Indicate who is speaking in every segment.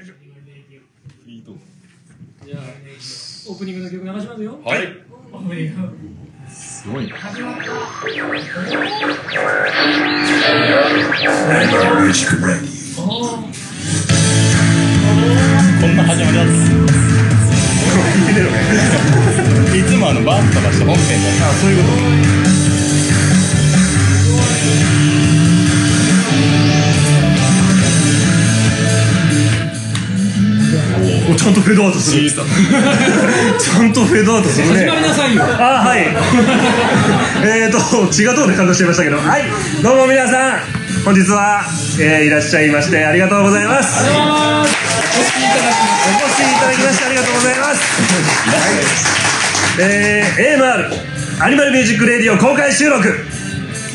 Speaker 1: フリートーク
Speaker 2: じゃあ、オープニングの曲流しますよ。
Speaker 1: はい
Speaker 2: オープニング。
Speaker 1: すごいな
Speaker 2: 始まった。お
Speaker 3: こ
Speaker 2: ー
Speaker 3: んな始まりだった。いつもあのバーンとかして本編だあ、そういうこ
Speaker 4: おちゃんとフェードアウトするちゃんとフェードアウトする
Speaker 2: 始
Speaker 4: ね
Speaker 2: まりなさいよ。
Speaker 4: あはい えーと違うとこで感動していましたけどはいどうも皆さん本日は、えーいらっしゃいましてありがとうございます
Speaker 2: どうもーお越しいただきま
Speaker 4: お越しいただきましてありがとうございますえー、AMR アニマルミュージックレディオ公開収録
Speaker 3: と。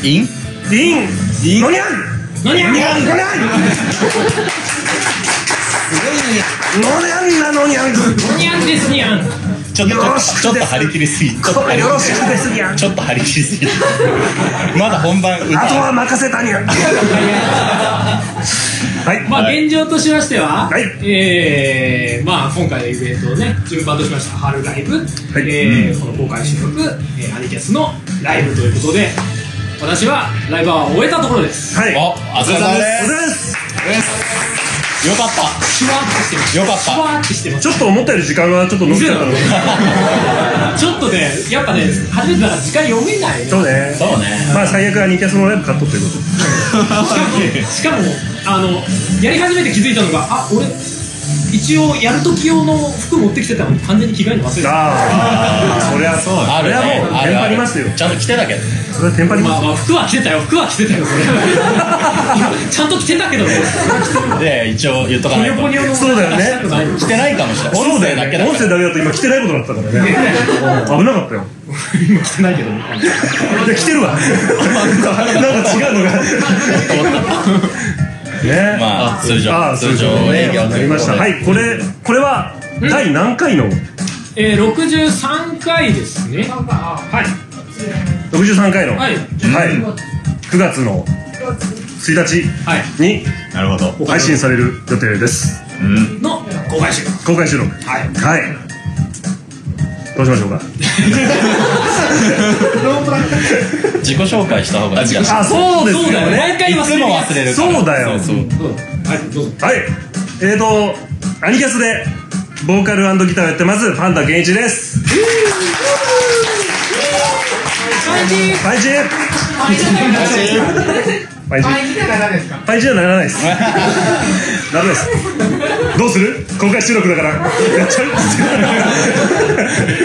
Speaker 3: イン
Speaker 4: インインのにゃん
Speaker 2: す。何や
Speaker 4: のにゃんのにゃんのにゃんなのにゃん
Speaker 2: にゃんですにゃん。
Speaker 3: ちょっと、
Speaker 4: よろしくです
Speaker 3: ちょっと張り切りすぎ。ちょっと
Speaker 4: こ
Speaker 3: 張
Speaker 4: れ
Speaker 3: り
Speaker 4: よろ
Speaker 3: 切
Speaker 4: しくですにゃん
Speaker 3: り。ちょっと張り切りすぎ。まだ本番
Speaker 4: あと
Speaker 3: 歌。
Speaker 4: は任せたにゃんはい
Speaker 2: まあ、現状としましては、
Speaker 4: はい
Speaker 2: えーまあ、今回のイベントをね、順番としました、春ライブ、
Speaker 4: い
Speaker 2: えーこの公開収録、えーアニキャスのライブということで、私はライブは終えたところです。
Speaker 4: はい。
Speaker 3: お、あずさ
Speaker 4: お疲
Speaker 3: で
Speaker 4: れ様です。
Speaker 3: す。よかっ
Speaker 2: シュワーってしてます。
Speaker 3: よかった
Speaker 2: シュワーってしてます。
Speaker 4: ちょっと思ったより時間がちょっと伸びちゃったので。
Speaker 2: ちょっとね、やっぱね、初めてだから時間読めないね。
Speaker 4: そうね
Speaker 3: た。。そうね。
Speaker 4: まあ最悪はニキャスのライブカットというこ
Speaker 2: しかも、あの、やり始めて気づいたのが、あ、俺、一応やる時用の服持ってきてたのに完全に着替えるの忘れて
Speaker 4: と。
Speaker 2: た。
Speaker 4: ああ、そりゃそう。
Speaker 3: あ
Speaker 4: そ
Speaker 3: る
Speaker 4: れ
Speaker 3: ね。
Speaker 4: はもう
Speaker 3: あ
Speaker 4: テン
Speaker 3: る
Speaker 4: パ
Speaker 3: あ
Speaker 4: り
Speaker 3: る
Speaker 4: ますよ。
Speaker 3: ちゃんと来てたけど。
Speaker 4: それはテンパり
Speaker 2: ま
Speaker 4: ま
Speaker 2: あ
Speaker 4: す
Speaker 2: まあ服は着てたよ服は着てたよこれちゃんと着てたけどね
Speaker 3: で、一応言っとか
Speaker 2: ポ
Speaker 3: ない
Speaker 2: ニョポニ
Speaker 3: と。
Speaker 2: ョの
Speaker 4: そうだよね
Speaker 2: 話したくない
Speaker 3: 来てないかもしれない。音声だけだ
Speaker 4: 音
Speaker 3: から。
Speaker 4: 声だけだと今来てないことになってたからね。危なかったよ。
Speaker 2: 今着てないけどね
Speaker 4: いや、来てる わ。なんか違うのが。ね。
Speaker 3: まあ、通常、
Speaker 4: あ、
Speaker 3: 通常営業と
Speaker 4: な
Speaker 3: いう
Speaker 4: りま
Speaker 3: こ
Speaker 4: し
Speaker 3: と
Speaker 4: た。
Speaker 3: で
Speaker 4: はい、これ、これは第何回の
Speaker 2: えー、63回ですねはい
Speaker 4: 六十三回の。
Speaker 2: は
Speaker 4: はいい。九月の一日
Speaker 2: はい
Speaker 4: に
Speaker 3: なるほど。
Speaker 4: 配信される予定です。
Speaker 3: うん。
Speaker 2: の公開収録
Speaker 4: 公開収録
Speaker 2: はい
Speaker 4: はいどうしましょうか
Speaker 3: 自己紹介した方がいいんじゃない
Speaker 4: あそうですよ
Speaker 2: そうだよ
Speaker 4: ね
Speaker 2: 毎回
Speaker 3: いつも忘れるから
Speaker 4: そうだよ
Speaker 3: そうそう
Speaker 2: そうはいどうぞ
Speaker 4: はいえーとアニキャスでボーカルギターをやってますパンダケンイチですパイチパイチパイチにはならない ですダメですどうする公開収録だから やっちゃう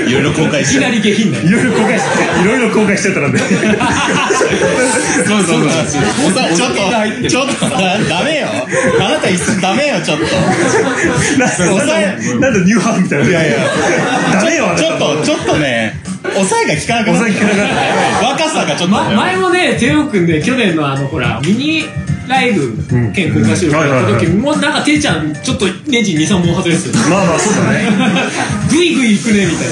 Speaker 3: いろいろ公開
Speaker 2: いきなり下品だよ
Speaker 4: いろいろ公開していろいろ公開してたらね
Speaker 3: そうそうそうちょっとちょっとダメよあなた一緒ダメよちょっと
Speaker 4: なんでなんでなんでニューハーフみたいない
Speaker 3: やいや
Speaker 4: ダメよあなた
Speaker 3: ちょっとちょっとね抑えが効かなくな
Speaker 4: 抑えが効かなくな
Speaker 3: 若さがちょっと
Speaker 2: ま、前もね、テオ君で去年のあのほらミニライブ兼公開収録やった時、
Speaker 4: う
Speaker 2: もうなんかテイちゃんちょっとネジ23本外れてたよ
Speaker 4: まあまあそうだね
Speaker 2: グイグイ行くねみたい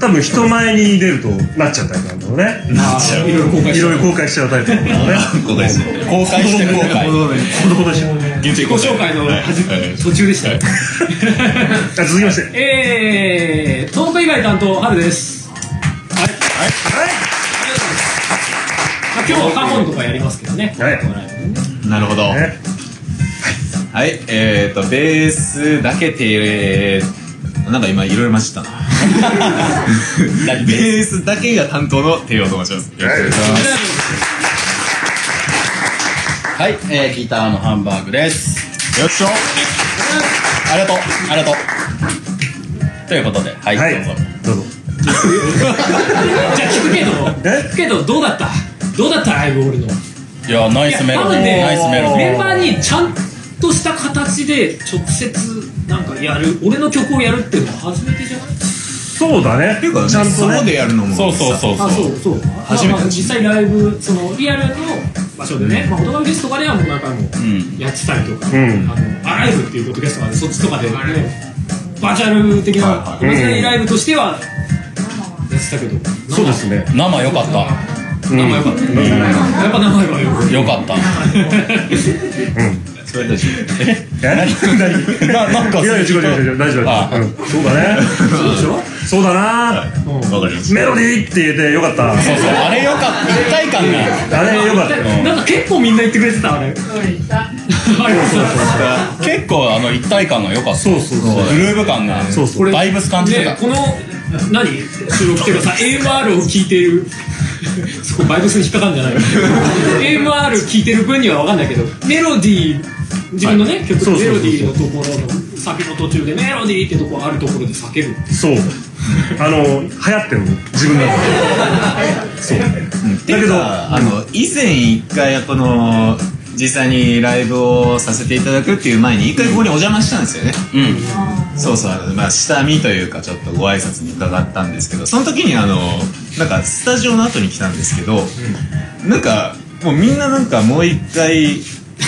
Speaker 4: 多分人前に出るとなっちゃうタイプなんだろうね
Speaker 2: なあーいろいろ公開
Speaker 4: い
Speaker 2: し
Speaker 4: ろ
Speaker 2: て
Speaker 4: いろ公開しちゃうタイプなんだろうね
Speaker 3: 公開して公開
Speaker 4: ほどほどしあ
Speaker 3: 自
Speaker 2: 自己紹介の端途中でしたよ
Speaker 4: 続きましては い
Speaker 2: えー、トーク以外担当、春です。はい。まあ、今日はカホンとかやりますけどね。
Speaker 4: はい
Speaker 3: なるほどはい
Speaker 4: ね
Speaker 3: えっとベースだけてなんか今いろいろ混じったなベースだけが担当の帝王と申しますよろしくお願いしますはい、えー、ギターのハンバーグです。よっしょ。ありがとう、ありがとう。ということで、はい、
Speaker 4: はい
Speaker 3: どうぞ。
Speaker 4: どうぞ
Speaker 2: じゃあ聞くけど、
Speaker 4: え
Speaker 2: 聞くけどどうだったどうだったライブ俺の。
Speaker 3: いや、ナイスメロディー、
Speaker 2: いや
Speaker 3: ナイスメロディ
Speaker 2: メンバーにちゃんとした形で直接なんかやる、俺の曲をやるっていうのは初めてじゃない
Speaker 4: そうだね
Speaker 5: っていうか、
Speaker 4: ちゃん
Speaker 5: ソ
Speaker 4: と
Speaker 5: ロで
Speaker 4: ね
Speaker 5: やるの
Speaker 3: ー。
Speaker 5: も
Speaker 3: そうそうそうそ。
Speaker 2: あ、そううそう。初
Speaker 5: めて
Speaker 2: 実際ライブ、そのリアルの場所でね、まあ、音楽フェスとかではもうなんかも
Speaker 3: う
Speaker 2: う、
Speaker 3: ん。
Speaker 2: やってたりとか、
Speaker 4: うん
Speaker 2: あのアライブっていうポッドキャストがあってそっちとかで、ね、バーチャル的な
Speaker 5: は
Speaker 2: オリジナリーライブとしてはやってたけど
Speaker 4: そうですね
Speaker 3: 生良かった。
Speaker 4: うん
Speaker 2: 名前良かった、やっぱ名前はよく
Speaker 3: 良かった。それだし。
Speaker 4: え
Speaker 3: 何な なんか
Speaker 4: いやいや違う違う違う違う大丈夫
Speaker 3: あ
Speaker 4: 大丈夫うんそうだね
Speaker 2: そうでし ょ
Speaker 4: そうだな
Speaker 3: わかります。
Speaker 4: メロディーって言えてよかった
Speaker 3: そうそう、あれよかった。一体感が。
Speaker 4: あれよかった
Speaker 2: なんか結構みんな言ってくれてたあれあれ
Speaker 3: 結構あの一体感が良かった。
Speaker 4: そうそうそう
Speaker 3: グルーヴ感が。
Speaker 4: そうそう
Speaker 3: バイブス感じて
Speaker 2: ね
Speaker 3: た。
Speaker 2: この何収録っていうかさ AMR を聞いているそこバイブスに引っかかんじゃない AMR 聞いてる分には分かんないけどメロディー自分のね、曲
Speaker 4: そう
Speaker 2: の
Speaker 4: そう
Speaker 2: メロ
Speaker 4: そうそう
Speaker 2: ディーのところの先の途中でメロディーってとこあるところで叫ぶ
Speaker 4: そうあの流行ってるの自分の中でそうだけど
Speaker 5: あの以前一回この実際にライブをさせていただくっていう前に一回ここにお邪魔したんですよね、
Speaker 3: うん。
Speaker 5: そうそうあの、まあ、下見というかちょっとご挨拶に伺ったんですけどその時にあのなんかスタジオの後に来たんですけど、なんかもうみんななんかもう一回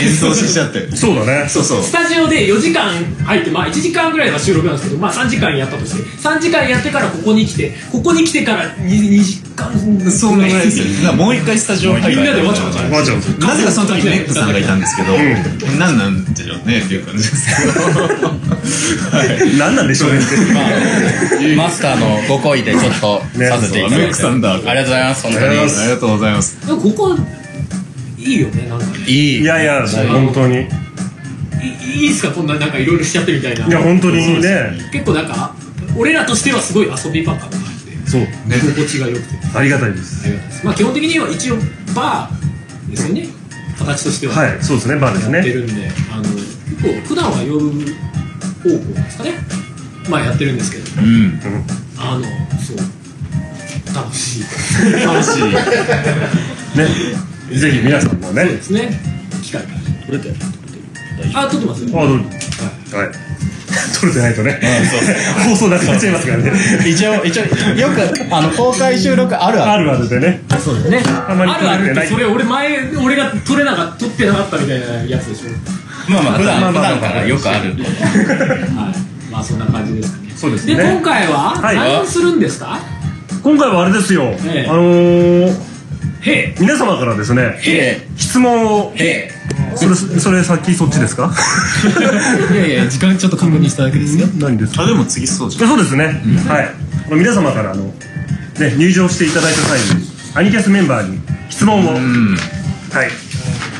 Speaker 5: 演奏しちゃって
Speaker 4: そうだね
Speaker 5: そうそう
Speaker 2: スタジオで4時間入って、まあ、1時間ぐらいは収録なんですけど、まあ、3時間やったとして3時間やってからここに来てここに来てから 2, 時間
Speaker 5: そんなぐらいですよねだからもう一回スタジオ入って
Speaker 2: みんなでわちゃわちゃ
Speaker 4: まーちゃん
Speaker 5: なぜかその時ネックさんがいたんですけど、なんなんでしょうねっていう感じですけどはい
Speaker 4: 何なんでしょうねって
Speaker 3: マスターのご恋でちょっと
Speaker 4: ね
Speaker 3: させていただいて。
Speaker 5: そうメイクさんだ
Speaker 3: ありがとうございます。本当
Speaker 4: ありがとうござい
Speaker 5: ありがとうございます
Speaker 2: でもここいいよねなんかね
Speaker 3: に。いい。
Speaker 4: いやいや本当にい
Speaker 2: いいいっすかこんななんかいろいろしちゃってみたいな
Speaker 4: や本当にね
Speaker 2: 結構なんか俺らとしてはすごい遊び場感があっ
Speaker 4: そう
Speaker 2: て心地が良くて
Speaker 4: ありがたいです
Speaker 2: まあ基本的には一応バーですよね形としては
Speaker 4: はいそうですねバーです
Speaker 2: やって
Speaker 4: ね
Speaker 2: るんで、あの結構普段は夜方向ですかねまあやってるんですけど
Speaker 5: うん
Speaker 2: あのそう楽しい
Speaker 5: 楽しい
Speaker 4: ねぜひ皆さんもね
Speaker 2: ですね機会が
Speaker 3: これで。
Speaker 2: あ撮ってます
Speaker 4: あどうはい 取れてないとね放送なくなっちゃいますからね
Speaker 3: 一応、一応、よく、あの、公開収録ある
Speaker 4: あ
Speaker 3: ある。
Speaker 4: るあるでね
Speaker 2: そうですねあ
Speaker 4: あまり
Speaker 2: るあ
Speaker 4: 撮
Speaker 2: る
Speaker 4: れて
Speaker 2: っ
Speaker 4: な
Speaker 2: て
Speaker 4: い
Speaker 2: それ俺前俺が撮れなかった撮ってなかったみたいなやつでしょ
Speaker 3: まあまあ、普段、
Speaker 4: まあ
Speaker 3: 普
Speaker 4: まあ
Speaker 3: 段からよくある。
Speaker 2: はい、まあそんな感じですかね。
Speaker 4: そうです
Speaker 2: で
Speaker 4: ね
Speaker 2: 今回は
Speaker 4: はい
Speaker 2: 何をするんですか？
Speaker 4: 今回はあれですよ、
Speaker 2: ええ
Speaker 4: あのー、
Speaker 2: へ
Speaker 4: 皆様からですね
Speaker 3: へえ、
Speaker 4: 質問を
Speaker 3: へえ。
Speaker 4: それそれ先そっちですか
Speaker 2: いやいや時間ちょっと確認しただけですよ。
Speaker 4: 何ですか
Speaker 5: あでも次そうじ
Speaker 4: いやそうですね、はいあの皆様からあの、ね、入場していただいた際にアニキャスメンバーに質問を、はい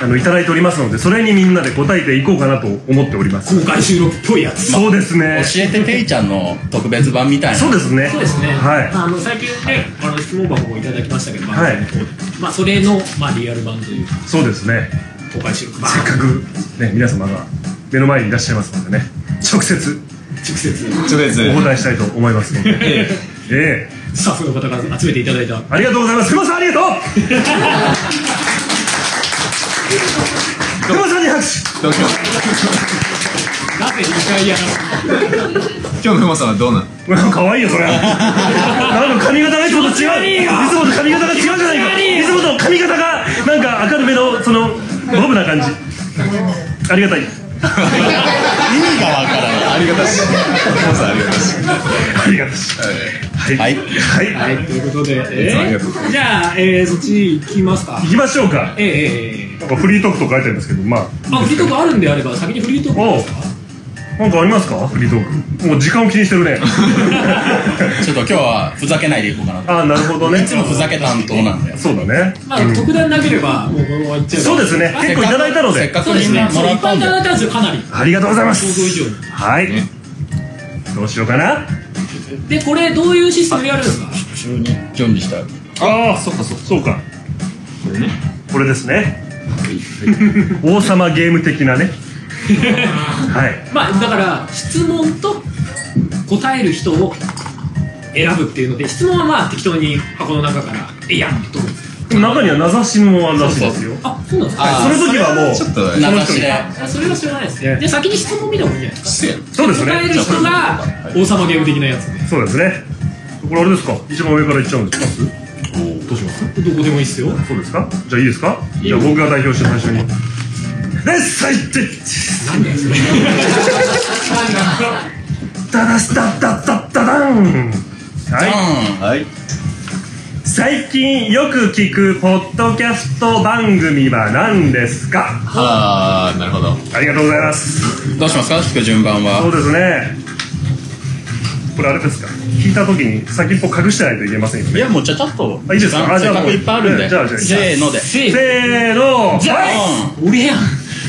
Speaker 4: あのいただいておりますのでそれにみんなで答えていこうかなと思っております
Speaker 2: 公開収録っぽいやつ。
Speaker 4: そうですね
Speaker 3: 教えてペイちゃんの特別版みたいな。
Speaker 4: そうですね
Speaker 2: そうですね。
Speaker 4: はい
Speaker 2: まああの最近ねあの質問箱もいただきましたけど、
Speaker 4: はい
Speaker 2: 番組の方でまあそれのまあリアル版というか
Speaker 4: そうですね
Speaker 2: 公開収録版
Speaker 4: せっかくね皆様が目の前にいらっしゃいますのでね直接
Speaker 2: 直接
Speaker 5: ゃんとりあえず
Speaker 4: お答えしたいと思いますのでええ
Speaker 2: スタッフの方から集めていただいた。
Speaker 4: ありがとうございます。熊さんありがとう。熊さんに拍手。
Speaker 5: 今日
Speaker 2: なぜ2回やらない
Speaker 5: 今日のふもさんはどうなの
Speaker 4: なんか可愛いよそれ。なんか髪型がいつもと違う。いつもと髪型が違うじゃないか。いつもと髪型がなんか明るめのそのボブな感じ。ありがたい。
Speaker 3: 意味がわからない。
Speaker 5: ありがたしふもさんありがたし
Speaker 4: ありがたし。はい。
Speaker 3: はい
Speaker 4: はい。
Speaker 2: はいということで、え
Speaker 5: ありがとうござい
Speaker 2: ー、じゃあ、えー、そっち行きますか
Speaker 4: 行。きましょうか。
Speaker 2: えー、えーえー
Speaker 4: なんかフリートークとか書いてあるんですけど、まあ。
Speaker 2: あフリートークあるんであれば先にフリートーク
Speaker 4: おう。なんかありますかフリートーク。もう時間を気にしてる ね。
Speaker 3: ちょっと今日はふざけないでいこうかなと。
Speaker 4: ああ、なるほどね
Speaker 3: い。つもふざけ担当なんで。
Speaker 4: そうだね。
Speaker 2: まあ特段なければもうこのままいっちゃえば
Speaker 4: そうですね。結構いただいたの
Speaker 3: せっ
Speaker 4: で。
Speaker 3: か
Speaker 2: そ
Speaker 3: く
Speaker 2: うで
Speaker 3: み
Speaker 2: す
Speaker 3: ん
Speaker 2: ね
Speaker 3: な。も
Speaker 2: い
Speaker 3: ら
Speaker 2: っ
Speaker 3: っ
Speaker 2: ぱ
Speaker 3: た
Speaker 2: い
Speaker 3: ん
Speaker 2: い
Speaker 3: で
Speaker 2: た。だいたんですよ、かなり。
Speaker 4: ありがとうございま
Speaker 2: 想
Speaker 4: す。
Speaker 2: 像以上に。
Speaker 4: はい。どうしようかな。
Speaker 2: で、これ、どういうシステムでやるんですか
Speaker 3: 後ろに準備したよ。
Speaker 4: ああ、そうか、そうか。そうか。これですね。王様ゲーム的なね。はい。
Speaker 2: まあ、だから、質問と答える人を選ぶっていうので、質問はまあ、適当に箱の中から、えいやんと。
Speaker 4: 中には名指しもあるらしいですよ。
Speaker 2: あ、そうなんですか
Speaker 3: あ
Speaker 4: その時はも
Speaker 5: ちょっ
Speaker 4: う。
Speaker 5: と
Speaker 3: 名指しで。
Speaker 2: あそれは知らないですね。で、先に質問見た方がいいんじゃないです
Speaker 4: そうです
Speaker 2: か。答え
Speaker 4: ね。
Speaker 2: る人が、王様ゲーム的なやつで。
Speaker 4: そうですね。これあれですか。一番上からいっちゃうんですか。どうします。
Speaker 2: どこでもいいっすよ。
Speaker 4: そうですか。じゃあいいですか。じゃあ僕が代表して最初に。レッサイって。
Speaker 2: なんだよ、それ。
Speaker 4: ダダスダダダダダン。はい。
Speaker 3: う
Speaker 5: はい
Speaker 4: 好最近よく聞くポッドキャスト番組は何ですか
Speaker 3: はあなるほど
Speaker 4: ありがとうございます
Speaker 3: どうしますか聞く順番
Speaker 4: そう
Speaker 3: は
Speaker 4: ですねこれあれですか聞いた時に先っぽ隠してないといけませんよ
Speaker 3: いやもうちゃちゃっと
Speaker 4: あいいですかあじ
Speaker 3: せ
Speaker 4: ゃ
Speaker 3: っ
Speaker 4: あ
Speaker 3: か
Speaker 4: も
Speaker 3: く
Speaker 4: う
Speaker 3: いっぱいあるんで
Speaker 4: じゃあじゃあ
Speaker 3: せーので
Speaker 2: せー
Speaker 4: せーの
Speaker 2: じゃあ俺やん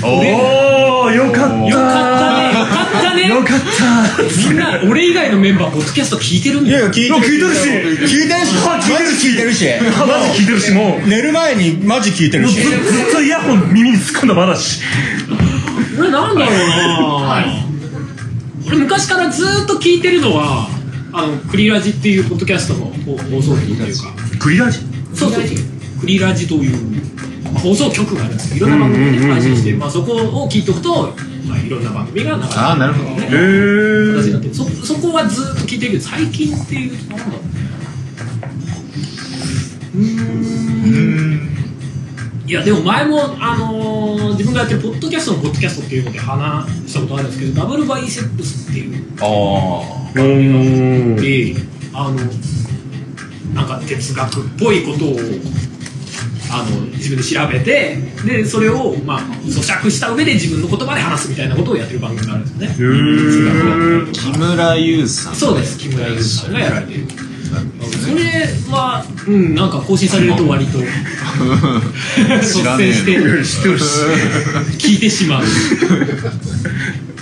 Speaker 4: おおよかった
Speaker 2: よかったねよかったねみんな俺以外のメンバーポッドキャスト聞いてるんだよ
Speaker 3: 聞い
Speaker 4: よ聞いてるし
Speaker 3: 聞いてるし
Speaker 4: あ聞いて
Speaker 3: マジ聞いて
Speaker 4: るし
Speaker 3: るし
Speaker 4: マジ聞いてるしもう
Speaker 3: 寝る前にマジ聞いてる
Speaker 4: もう
Speaker 3: し
Speaker 4: ずずっとイヤホン耳につくのまだし
Speaker 2: これなんだろうな、俺昔からずーっと聞いてるのはあのクリラジっていうポッドキャストの放放送局というか
Speaker 4: クリアジ
Speaker 2: そうそうクリラジという放送局があるんですけどいろんな番組で配信して、まあ、そこを聞いておくと、まあ、いろんな番組が流れて
Speaker 5: ああなるほど
Speaker 4: へー
Speaker 2: 形になってそそこはずーっと聞いてるけど最近っていうとなんだろうねうーんいやでも前も、あのー自分がやってるポッドキャストのポッドキャストっていうので話したことあるんですけどダブルバイセップスっていう
Speaker 3: ああ
Speaker 4: うーん
Speaker 2: であのなんか哲学っぽいことをあの自分で調べてでそれを、まあ、咀嚼した上で自分の言葉で話すみたいなことをやってる番組があるんですよね
Speaker 4: うーん
Speaker 5: 木村優さん
Speaker 2: そうです木村優さんがやられてる
Speaker 5: なんです
Speaker 2: そ
Speaker 5: ね
Speaker 2: れはうんなんか更新されると割と率
Speaker 5: 知らね
Speaker 2: 先
Speaker 5: え
Speaker 2: して
Speaker 4: 知ってるし
Speaker 2: 聞いてしまう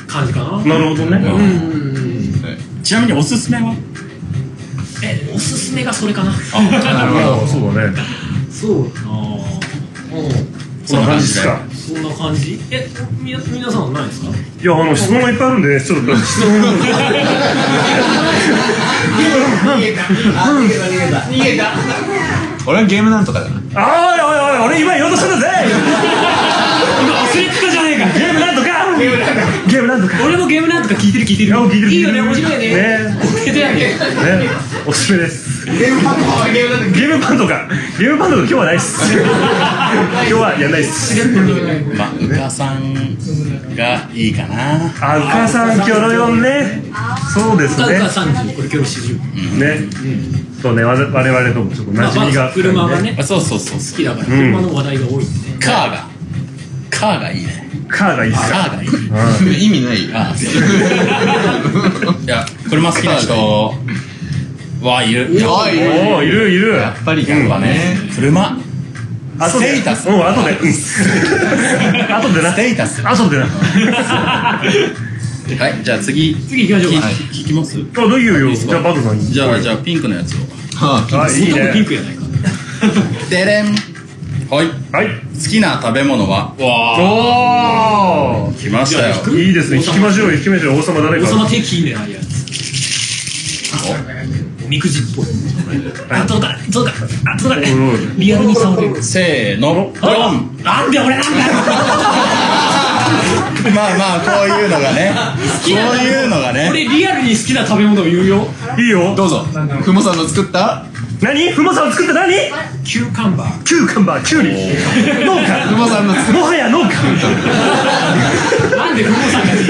Speaker 2: 感じかな
Speaker 4: なるほどね
Speaker 2: うんうんうん
Speaker 3: ちなみにおすすめは
Speaker 2: えおすすめがそれかな
Speaker 4: ああそうだね
Speaker 2: そうだなうん
Speaker 4: そんな感じですか
Speaker 2: そんな感じえみな皆さんはないですか
Speaker 4: いやあの質問がいっぱいあるんでねちょっと質問
Speaker 5: 俺はゲームなんとかだな
Speaker 4: ああおいおい俺今言おうとしたんだぜ
Speaker 2: 今忘れてたじゃねえか
Speaker 4: ゲームなんとかゲームなんとか
Speaker 2: 俺もゲームなんとか聞いてる聞いてる
Speaker 4: いや聞いてる
Speaker 2: いよね面白いね
Speaker 4: ね
Speaker 2: 俺だよね
Speaker 4: ねおすすめですゲームパンとかゲームパンとか今日はないっす今日はやんないっす
Speaker 3: まあうかさんがいいかな
Speaker 4: あうかさんキョロヨンねそうです
Speaker 2: カウ
Speaker 4: ね
Speaker 2: カ30これ今日40
Speaker 4: ねそうねわざ我々ともちょっと
Speaker 2: ま
Speaker 4: 馴
Speaker 2: あ
Speaker 4: 染み
Speaker 2: ま
Speaker 4: が
Speaker 2: あ車がね
Speaker 3: あそうそうそうそ
Speaker 2: 好
Speaker 3: う
Speaker 2: きだから
Speaker 4: ん
Speaker 2: 車の話題が多いんでね
Speaker 3: カーがカーがいいね
Speaker 4: カーがいいっす
Speaker 3: カー
Speaker 4: か
Speaker 3: がいい
Speaker 5: 意味ない
Speaker 3: あーいや車好きな人はいるや
Speaker 5: おいや
Speaker 4: おおいるいる
Speaker 5: っぱり
Speaker 3: っぱ
Speaker 5: だ
Speaker 3: ね車
Speaker 4: あと
Speaker 3: ス
Speaker 4: で
Speaker 3: テータス
Speaker 4: うん後で うん後でな
Speaker 3: ステータス
Speaker 4: 後でな
Speaker 3: はいじゃあ次
Speaker 2: 次行きましょうか
Speaker 3: 聞きます
Speaker 4: あどういうよじゃあバトさん
Speaker 3: じゃあじゃあピンクのやつを
Speaker 5: はあ
Speaker 4: あいい
Speaker 2: 男ピン
Speaker 4: ね
Speaker 2: クやないか
Speaker 3: でれんはい
Speaker 4: はい
Speaker 3: 好きな食べ物はわ
Speaker 4: お
Speaker 3: 来ましたよ
Speaker 2: いや
Speaker 4: おいいですね聞きましょうよ聞きましょう王様誰
Speaker 2: 王
Speaker 4: か
Speaker 2: 様手切んねんああいうやつおみくじっぽいあ届かない届かないあ届か
Speaker 4: おい
Speaker 2: な
Speaker 4: おい
Speaker 2: いリアルに触れる
Speaker 3: せーの4
Speaker 2: なんで俺なんだ
Speaker 3: まあまあこういうのがねこういうのがね
Speaker 2: 俺リアルに好きな食べ物を言うよ
Speaker 4: いいよ
Speaker 5: どうぞふもさんの作った
Speaker 4: 何ふもさん作った何
Speaker 2: キューカンバー
Speaker 4: キューカンバーキュウリ農家
Speaker 5: ふもさんの作っ
Speaker 4: もはや農家
Speaker 2: なんで不毛さんがいい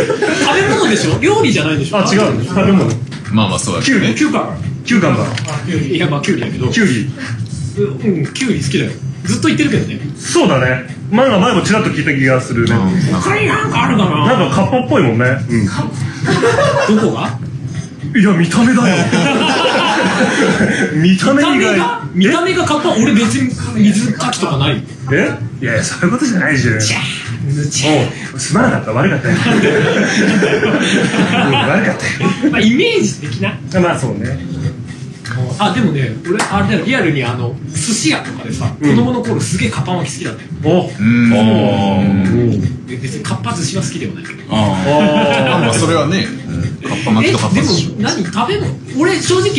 Speaker 2: 食べ物でしょ料理じゃないでしょ
Speaker 4: あ違う食べ物
Speaker 5: たまあまあそうだ
Speaker 4: キ
Speaker 5: け
Speaker 4: ュウ
Speaker 5: ど
Speaker 4: リ
Speaker 5: ね
Speaker 2: キューカンバ
Speaker 4: キューカンバー
Speaker 2: ーいやまあキュウリだけど
Speaker 4: キュウリ
Speaker 2: うんキュウリ好きだよずっと言ってるけどね
Speaker 4: そうだね前が前もちらっと聞いた気がするね
Speaker 2: 他になんかあるかな
Speaker 4: なんかカッパっぽいもんねう
Speaker 2: どこが
Speaker 4: んいや見た目だよ見た
Speaker 2: 見
Speaker 4: 目
Speaker 2: た
Speaker 4: 以
Speaker 2: 目が見た
Speaker 4: 外
Speaker 2: 目がカッパ俺別に水かきとかないよ
Speaker 4: ええいやいやそういうことじゃないじゃん おうすまなかった悪かったようん悪かったよ
Speaker 2: まあイメージ的な
Speaker 4: まあそうね
Speaker 2: あでもね俺あれだよリアルにあの寿司屋とかでさ子供の頃すげえカッパ巻き好きだったよ
Speaker 4: お
Speaker 5: うん
Speaker 2: で別にカッパ寿司は好きではないけど
Speaker 3: あ
Speaker 5: まあまあそれはねカッパ
Speaker 2: え
Speaker 5: 巻き
Speaker 2: で
Speaker 5: と
Speaker 2: も
Speaker 5: かパスでしょ
Speaker 2: 何食べ物俺正直好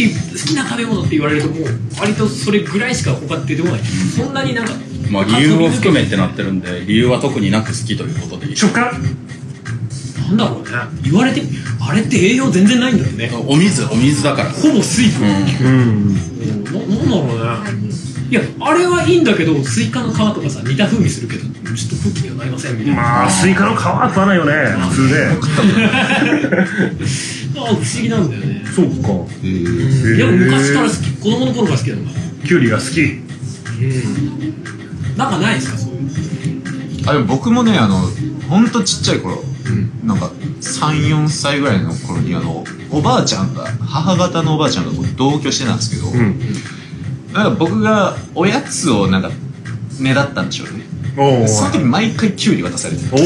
Speaker 2: きな食べ物って言われるともう割とそれぐらいしか他出てこないそんなになんか
Speaker 3: ーまあ理由を含めてなってるんで理由は特になく好きということでいい
Speaker 4: 食感
Speaker 2: なんだろうね言われてあれって栄養全然ないんだよね
Speaker 3: お水お水だから
Speaker 2: ほぼ水分
Speaker 4: うん
Speaker 2: ななんだろうねいやあれはいいんだけどスイカの皮とかさ似た風味するけどちょっと風味が合いませんみたいな、
Speaker 4: まあスイカの皮は食わないよね普通ね
Speaker 2: あ、不思議なんだよね
Speaker 4: そうか
Speaker 2: いや昔から好き子供の頃から好きなんだ
Speaker 4: きゅうりが好き
Speaker 2: なんかないですかそういう
Speaker 5: あでも僕もねあのほんとちっちゃい頃、なんか34歳ぐらいの頃にあのおばあちゃんが母方のおばあちゃんがこう同居してたんですけど、
Speaker 4: ん
Speaker 5: なんか僕がおやつをなんかねだったんでしょうね
Speaker 4: おー
Speaker 5: その時毎回キュウリ渡されてる
Speaker 4: おー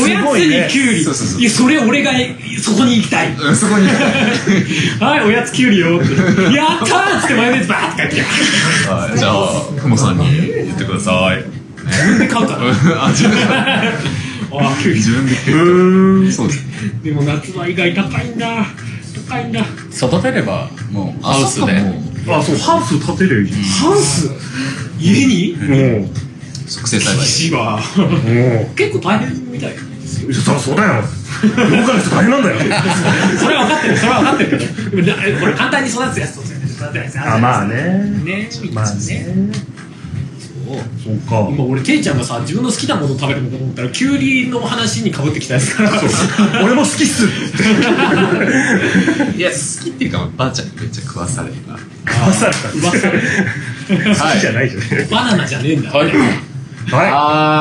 Speaker 2: おやつにキュウリ
Speaker 5: そうそうそう
Speaker 2: いやそれ俺がそこに行きたい
Speaker 5: うんそこ に
Speaker 2: はいおやつキュウリよってやったーっつってマヨネーズバーって書いて
Speaker 5: はいじゃあくもさんに言ってください
Speaker 2: 自分で買うから
Speaker 5: あ自分 で
Speaker 2: あキュウリ
Speaker 5: 自分で
Speaker 4: うーん
Speaker 5: そうです
Speaker 2: でも夏は以外高いんだ高いんだ
Speaker 3: 育てればもうハウスで
Speaker 5: 朝も
Speaker 4: あそうハウス建てりゃいいじ
Speaker 2: ハウス家に
Speaker 4: ゃんも
Speaker 5: 促成栽培
Speaker 2: 千葉
Speaker 4: うも
Speaker 2: 結構大変みたいよ
Speaker 4: うそりゃそうだよ農家の人大変なんだよ
Speaker 2: それは分かってるそれは分かってるけどでもなこれ簡単に育つやつと育てないやつるじゃないですか
Speaker 4: あまあね
Speaker 2: ね
Speaker 4: まあねそうか
Speaker 2: 今俺ケイちゃんがさ自分の好きなものを食べるのかと思ったらキュウリの話にかぶってきたやつ から
Speaker 4: 俺も好きっす
Speaker 5: いや好きっていうかばあちゃんにめっちゃ食わされたは
Speaker 4: まさか
Speaker 2: 噂
Speaker 4: 好きじゃないじゃん
Speaker 2: バナナじゃねえんだ、
Speaker 3: はい
Speaker 4: は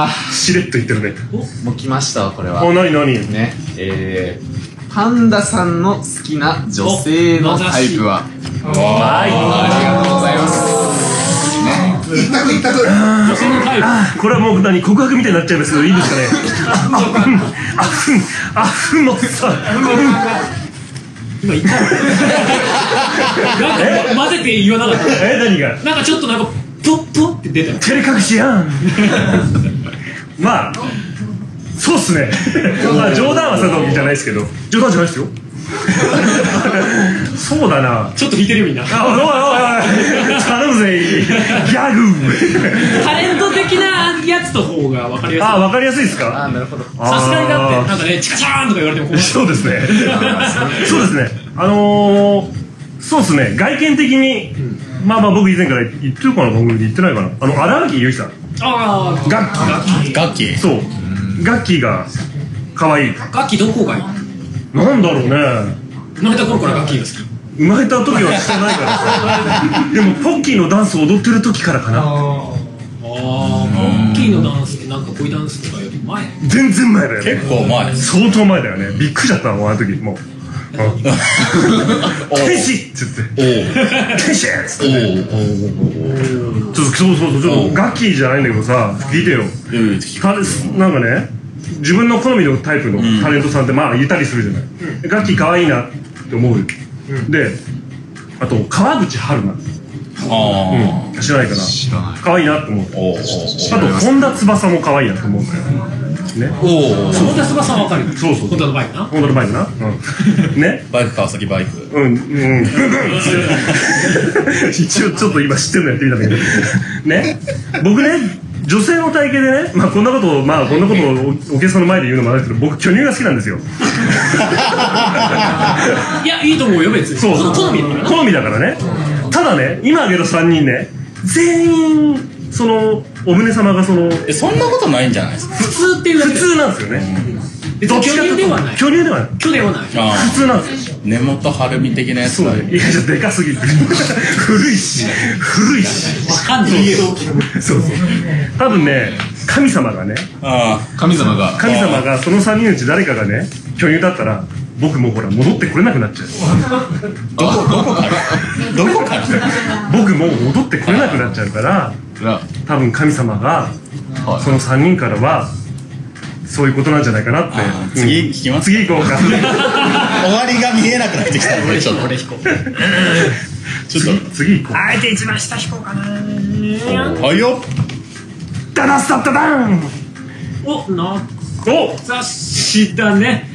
Speaker 5: あ
Speaker 4: いしれっと言ってるね
Speaker 5: ーもう来ましたわこれは
Speaker 4: おなになに
Speaker 5: ねえー、パンダさんの好きな女性のタイプはありがとうございますね
Speaker 6: 一択一択
Speaker 2: 女性のタイプ
Speaker 4: これはもう何告白みたいになっちゃいますけどいいですかねあふんあふんのさ
Speaker 2: 今言ったのなんか混ぜて言わなかった
Speaker 4: え何が
Speaker 2: なんかちょっとなんかプップッって出たよ
Speaker 4: 照れ隠しやんまあそうっすねまあ冗談はさとみじゃないですけど冗談じゃないですよそうだな
Speaker 2: ちょっと引いてるよみんな
Speaker 4: あおいおいおい頼むぜギャグ
Speaker 2: タレント的なやつと方が分かりやす
Speaker 4: あわかりやすいです
Speaker 5: あ
Speaker 4: か
Speaker 5: なるほど
Speaker 2: いさすがにだってなんかねチカチャーンとか言われても困る
Speaker 4: そうですね。そうですね。あのー、そうですね。外見的に、まあまあ僕以前から言ってるかな、番組で言ってないかな。あの、荒木由紀さん。
Speaker 2: ああ
Speaker 4: ガッキー。
Speaker 3: 楽器
Speaker 4: そう。ガッキーが、可愛い。
Speaker 2: ガッキーどこがいい
Speaker 4: なんだろうね。
Speaker 2: 生まれた頃からガッキーが好き
Speaker 4: 生まれた時はしてないから さ。でも、ポッキーのダンスを踊ってる時からかな。
Speaker 2: ああガッキーのダンスってなんか恋ダンスとかより前
Speaker 4: 全然前だよね。
Speaker 3: 結構前です
Speaker 4: 相当前だよね。びっくりしちゃったもん、あの時。もう。うん天使っつって。
Speaker 3: おお
Speaker 4: 天使っつって。
Speaker 3: おお
Speaker 4: ちょっとそうそうそうちょっとガッキーじゃないんだけどさ聞いてよタレなんかね自分の好みのタイプのタレントさんってまあいたりするじゃない、ガッキー可愛いなって思う、であと川口春奈、
Speaker 3: あ
Speaker 4: うん、知らないかな
Speaker 5: 知らない
Speaker 4: 可愛いなって思う
Speaker 3: おおお
Speaker 4: あと本田翼も可愛いなって思うんだよね
Speaker 3: お
Speaker 2: 本田翼は分かる
Speaker 4: そうそう
Speaker 2: 本田のバイクな
Speaker 4: 本田のバイクな、うん、ね
Speaker 3: バイク川崎バイク
Speaker 4: うんうんうん一応ちょっと今知ってるのやってみたんだけどね僕ね女性の体型でね、まあ、こんなことを、まあ、こんなことをおお客さんの前で言うのもあれですけど僕巨乳が好きなんですよ
Speaker 2: いやいいと思うよ別に
Speaker 4: そう
Speaker 2: の好みだからな
Speaker 4: 好みだからねただね今挙げた3人ね全員そのお胸様がその普
Speaker 3: えそんなことないんじゃないですか
Speaker 2: 普通っていうだけ
Speaker 4: 通なんですよね
Speaker 2: 別に巨乳ではない
Speaker 4: 巨乳ではない
Speaker 2: 巨ではない
Speaker 3: あ
Speaker 4: 普通なんですよ
Speaker 3: あ根本晴美的なやつ
Speaker 4: そう
Speaker 3: だ
Speaker 4: だねいやちょっとでかすぎる 古いし古いし
Speaker 2: 分かんないけど
Speaker 4: そうそう多分ね神様がね
Speaker 3: あ
Speaker 5: 神様が
Speaker 4: 神様がその3人のうち誰かがね巨乳だったら僕もうほら戻ってこれなくなっちゃう
Speaker 3: あどこから
Speaker 4: 僕もう戻ってこれなくなっちゃうから
Speaker 5: が
Speaker 4: 多分神様が
Speaker 5: はい
Speaker 4: その3人からはそういうことなんじゃないかなって
Speaker 3: あー
Speaker 4: うん
Speaker 3: 次聞きます
Speaker 4: 次行こうか
Speaker 3: 終わりが見えなくなってきたこれちょっと ちょっ
Speaker 4: 次行こう
Speaker 2: あえて一番下引こうかな
Speaker 3: とはいよ
Speaker 4: ダダスタッタダン
Speaker 2: おな
Speaker 4: お
Speaker 2: 雑誌だね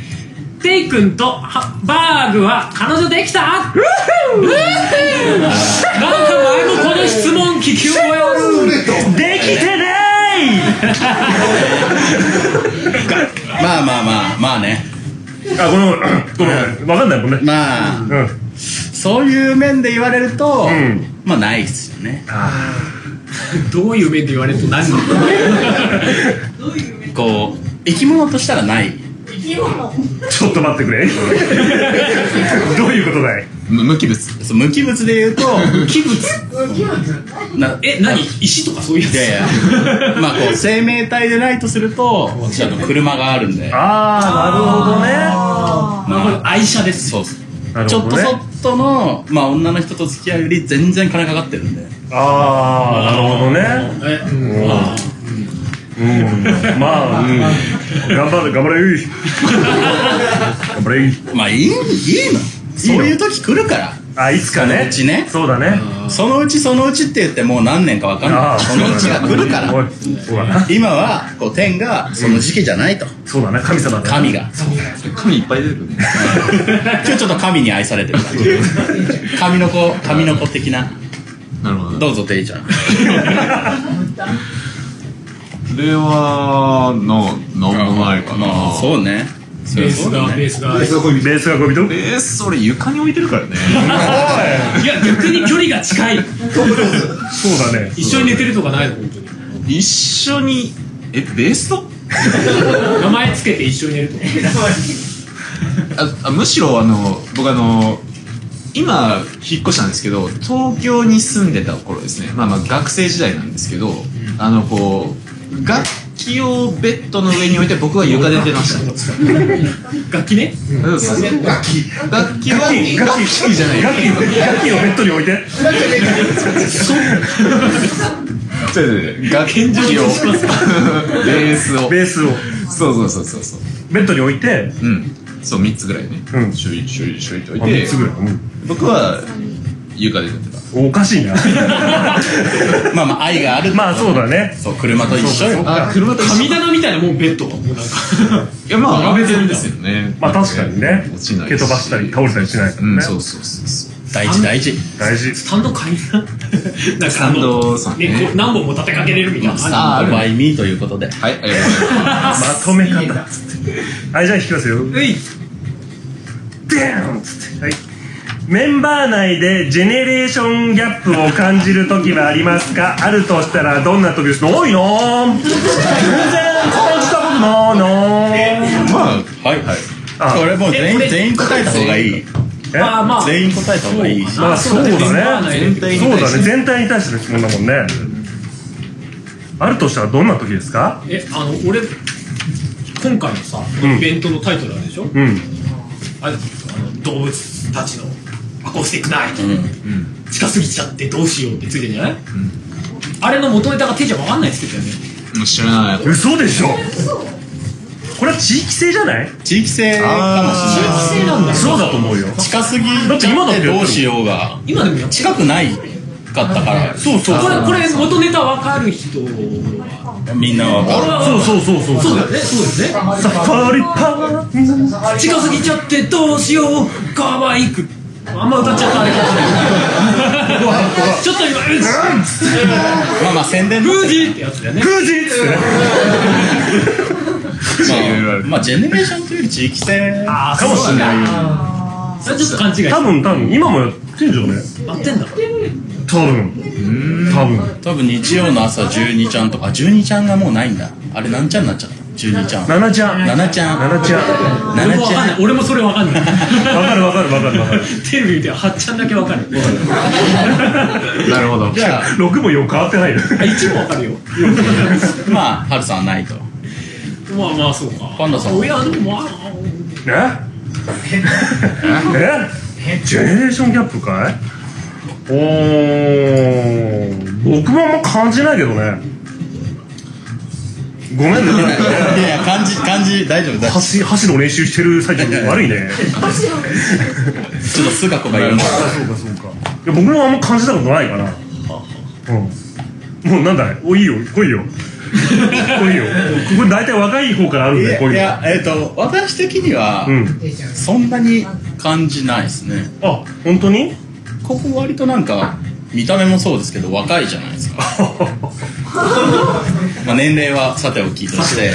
Speaker 2: テイ君とハバーグは彼女できたウーフーなんか前もこの質問聞き覚えある
Speaker 4: できてね
Speaker 3: まあまあまあまあね
Speaker 4: ーいあこのごめん分かんないもんね
Speaker 3: まあ
Speaker 4: うん
Speaker 3: そういう面で言われると、
Speaker 4: うん
Speaker 3: まあないですよね
Speaker 4: あ
Speaker 2: どういう面で言われると何の
Speaker 3: こう生き物としたらない
Speaker 4: ーちょっと待ってくれ どういうことだい
Speaker 5: む無機物
Speaker 3: そう無機物で言うと
Speaker 2: 器物
Speaker 3: な
Speaker 2: え何石とかそういうやつ
Speaker 3: いやいやまあこう生命体でないとするとうちだと車があるんで
Speaker 4: あ
Speaker 2: まあこれ愛車です
Speaker 3: そうっす
Speaker 4: ーなる
Speaker 3: ちょっ
Speaker 4: ほど
Speaker 3: と
Speaker 4: ね
Speaker 3: そっとの、まあ、女の人と付き合うより全然金かかってるんで
Speaker 4: あーなるほどね
Speaker 2: え
Speaker 4: うんまあ、うん、頑張る頑張れ頑張れ
Speaker 3: まあいいいいのそういう時来るから
Speaker 4: あいつか
Speaker 3: その
Speaker 4: ね
Speaker 3: うちね
Speaker 4: そうだね
Speaker 3: そのうちそのうちって言ってもう何年か分かん
Speaker 4: あ
Speaker 3: な
Speaker 4: あ
Speaker 3: いそのうちが来るから
Speaker 4: おいそうだな
Speaker 3: 今はこう天がその時期じゃないと
Speaker 4: そうだな神様だな
Speaker 3: 神が
Speaker 5: 神いっぱい出てくるね
Speaker 3: 今日ちょっと神に愛されてる感じ神の子神の子的な
Speaker 5: なるほど
Speaker 3: どうぞていちゃん
Speaker 5: 令和の何もないかな
Speaker 3: そうねそ
Speaker 2: ベ
Speaker 3: れ
Speaker 2: ー
Speaker 3: そ
Speaker 2: ス
Speaker 3: うだ
Speaker 2: が
Speaker 3: ね
Speaker 2: ベースが
Speaker 4: ベースが恋人
Speaker 5: えー、それ床に置いてるからね
Speaker 2: いや逆に距離が近 い
Speaker 4: そうだね
Speaker 2: 一緒に寝てるとかないの本当に
Speaker 5: 一緒にえベースと
Speaker 2: 名前つけて一緒に寝るとか
Speaker 5: ああむしろあの僕あの今引っ越したんですけど東京に住んでた頃ですねまあまあ学生時代なんですけど、あのこう楽器をベッドの上に置いて僕は床で寝てました
Speaker 2: 楽器ね
Speaker 5: うんそうそう楽器楽器は楽器じゃない
Speaker 4: ガキガキをベッドに置いて
Speaker 5: 違う違う違う楽器をベースを
Speaker 4: ベースを
Speaker 5: そうそうそうそうそう
Speaker 4: ベッドに置いて
Speaker 5: うんそう3つぐらいね
Speaker 4: うん
Speaker 5: しょいしょいしょいって置い
Speaker 4: あ三
Speaker 5: て
Speaker 4: つぐらい、う
Speaker 5: 僕は床で寝てた
Speaker 4: ん、おかしいな
Speaker 3: まあまあ愛がある
Speaker 4: まあそうだね
Speaker 3: そう車と一緒よ
Speaker 5: あ車と一緒
Speaker 2: 神棚みたいなもんベッドもうなんか
Speaker 5: いやまあ並べてるんですよね
Speaker 4: まあ確かにね
Speaker 5: 落ちないし
Speaker 4: 蹴飛ばしたり倒れたりしないから
Speaker 5: う
Speaker 4: ね、
Speaker 5: んそうそうそうそう
Speaker 3: 大事大事
Speaker 4: 大事
Speaker 2: スタンド階段なんか
Speaker 5: タ
Speaker 2: あ
Speaker 5: ン
Speaker 2: の
Speaker 5: ドさんね
Speaker 2: ねこう何本も立てかけれるみたいな
Speaker 3: スタ
Speaker 2: あ
Speaker 3: ーバイミーということで
Speaker 5: はいありがとうございます
Speaker 4: まとめ方はいじゃあ引きますよ
Speaker 2: のうい
Speaker 4: でんつって、はい、メンバー内でジェネレーションギャップを感じる時はありますかあるとしたらどんな時ですか多いの全然感じたことないの
Speaker 5: まあ
Speaker 3: はいはい
Speaker 4: あ
Speaker 3: これもう全
Speaker 2: えこれ
Speaker 3: 員全員答えた方がいい
Speaker 4: え
Speaker 2: まあまあ
Speaker 3: 全員答えた方がいいし
Speaker 4: まあそうだね
Speaker 2: 全体
Speaker 4: そうだね全体に対しての質問だもんねあるとしたらどんな時ですか
Speaker 2: えあの俺今回のさ
Speaker 4: ん
Speaker 2: イベントのタイトルあるでしょ
Speaker 4: うん
Speaker 2: あれあの動物たちのアコースティックナイト、近すぎちゃってどうしようってついてんじゃない、あれの元ネタが手じゃ分かんないですけどね
Speaker 5: もう知らない
Speaker 4: 嘘でしょこれは地域性じゃない
Speaker 3: 地域性かもしれない
Speaker 2: 性なんだ
Speaker 4: そうだと思うよ
Speaker 3: 近すぎちゃってどうしようが
Speaker 2: 今でもやっ
Speaker 3: 近くないかったからそう
Speaker 2: これこれ元ネタ分かる人は
Speaker 3: みんなわかる
Speaker 4: そうそうそうそう
Speaker 2: そうだよねそうだよね
Speaker 4: サファリパー
Speaker 2: 近すぎちゃってどうしようかわいくあんま歌っちゃったあれかもしれないちょっと今「うん」っつって
Speaker 3: まあまあ宣伝
Speaker 2: 「
Speaker 3: の
Speaker 2: 富士」ってやつだ よね
Speaker 4: 富士っつってね
Speaker 3: まあ、まあ、ジェネレーションというより地域性
Speaker 2: ああ
Speaker 4: かもしれないよ
Speaker 2: それちょっと勘違い
Speaker 4: 多分多分今もやってんじゃね
Speaker 2: やってんだから
Speaker 4: 多分多分
Speaker 3: 多分日曜の朝12ちゃんとかあ12ちゃんがもうないんだあれ何ちゃんになっちゃった12ちゃん
Speaker 4: 七ちゃん
Speaker 3: 7ちゃん
Speaker 4: 七ちゃん
Speaker 2: 俺も
Speaker 3: 7
Speaker 2: わ
Speaker 3: ち
Speaker 2: かん
Speaker 3: ゃ
Speaker 2: ない
Speaker 3: ん
Speaker 2: 俺もそれわかんない
Speaker 4: わかるわかるわかるわかる
Speaker 2: テレビ見てはっちゃんだけわかる
Speaker 5: なるほど
Speaker 3: じゃあ
Speaker 4: 六もよく変わってないよ
Speaker 2: あ一部わかるよ
Speaker 3: まあハルさんはないと
Speaker 2: まあまあそうか
Speaker 3: パンダさん
Speaker 2: 親のまあ
Speaker 4: ねえジェネレーションギャップかいおー僕もあんま感じないけどねごめんね
Speaker 3: いやいや漢字漢字大丈夫大丈夫
Speaker 4: 箸箸の練習してる最中悪いね
Speaker 3: ちょっとスガ子がいるんだ
Speaker 4: あそうかそうかいや僕もあんま感じたことないかなうんもうなんだいおいいよ来いよ来いよここ大体若い方からあるん
Speaker 3: い
Speaker 4: で
Speaker 3: や
Speaker 4: 来い
Speaker 3: い
Speaker 4: よ
Speaker 3: やえっ、と私的には、
Speaker 4: うん
Speaker 3: そんなに感じないですね
Speaker 4: あ本当に
Speaker 3: ここ割となんか見た目もそうですけど若いじゃないですかまあ年齢はさておきとして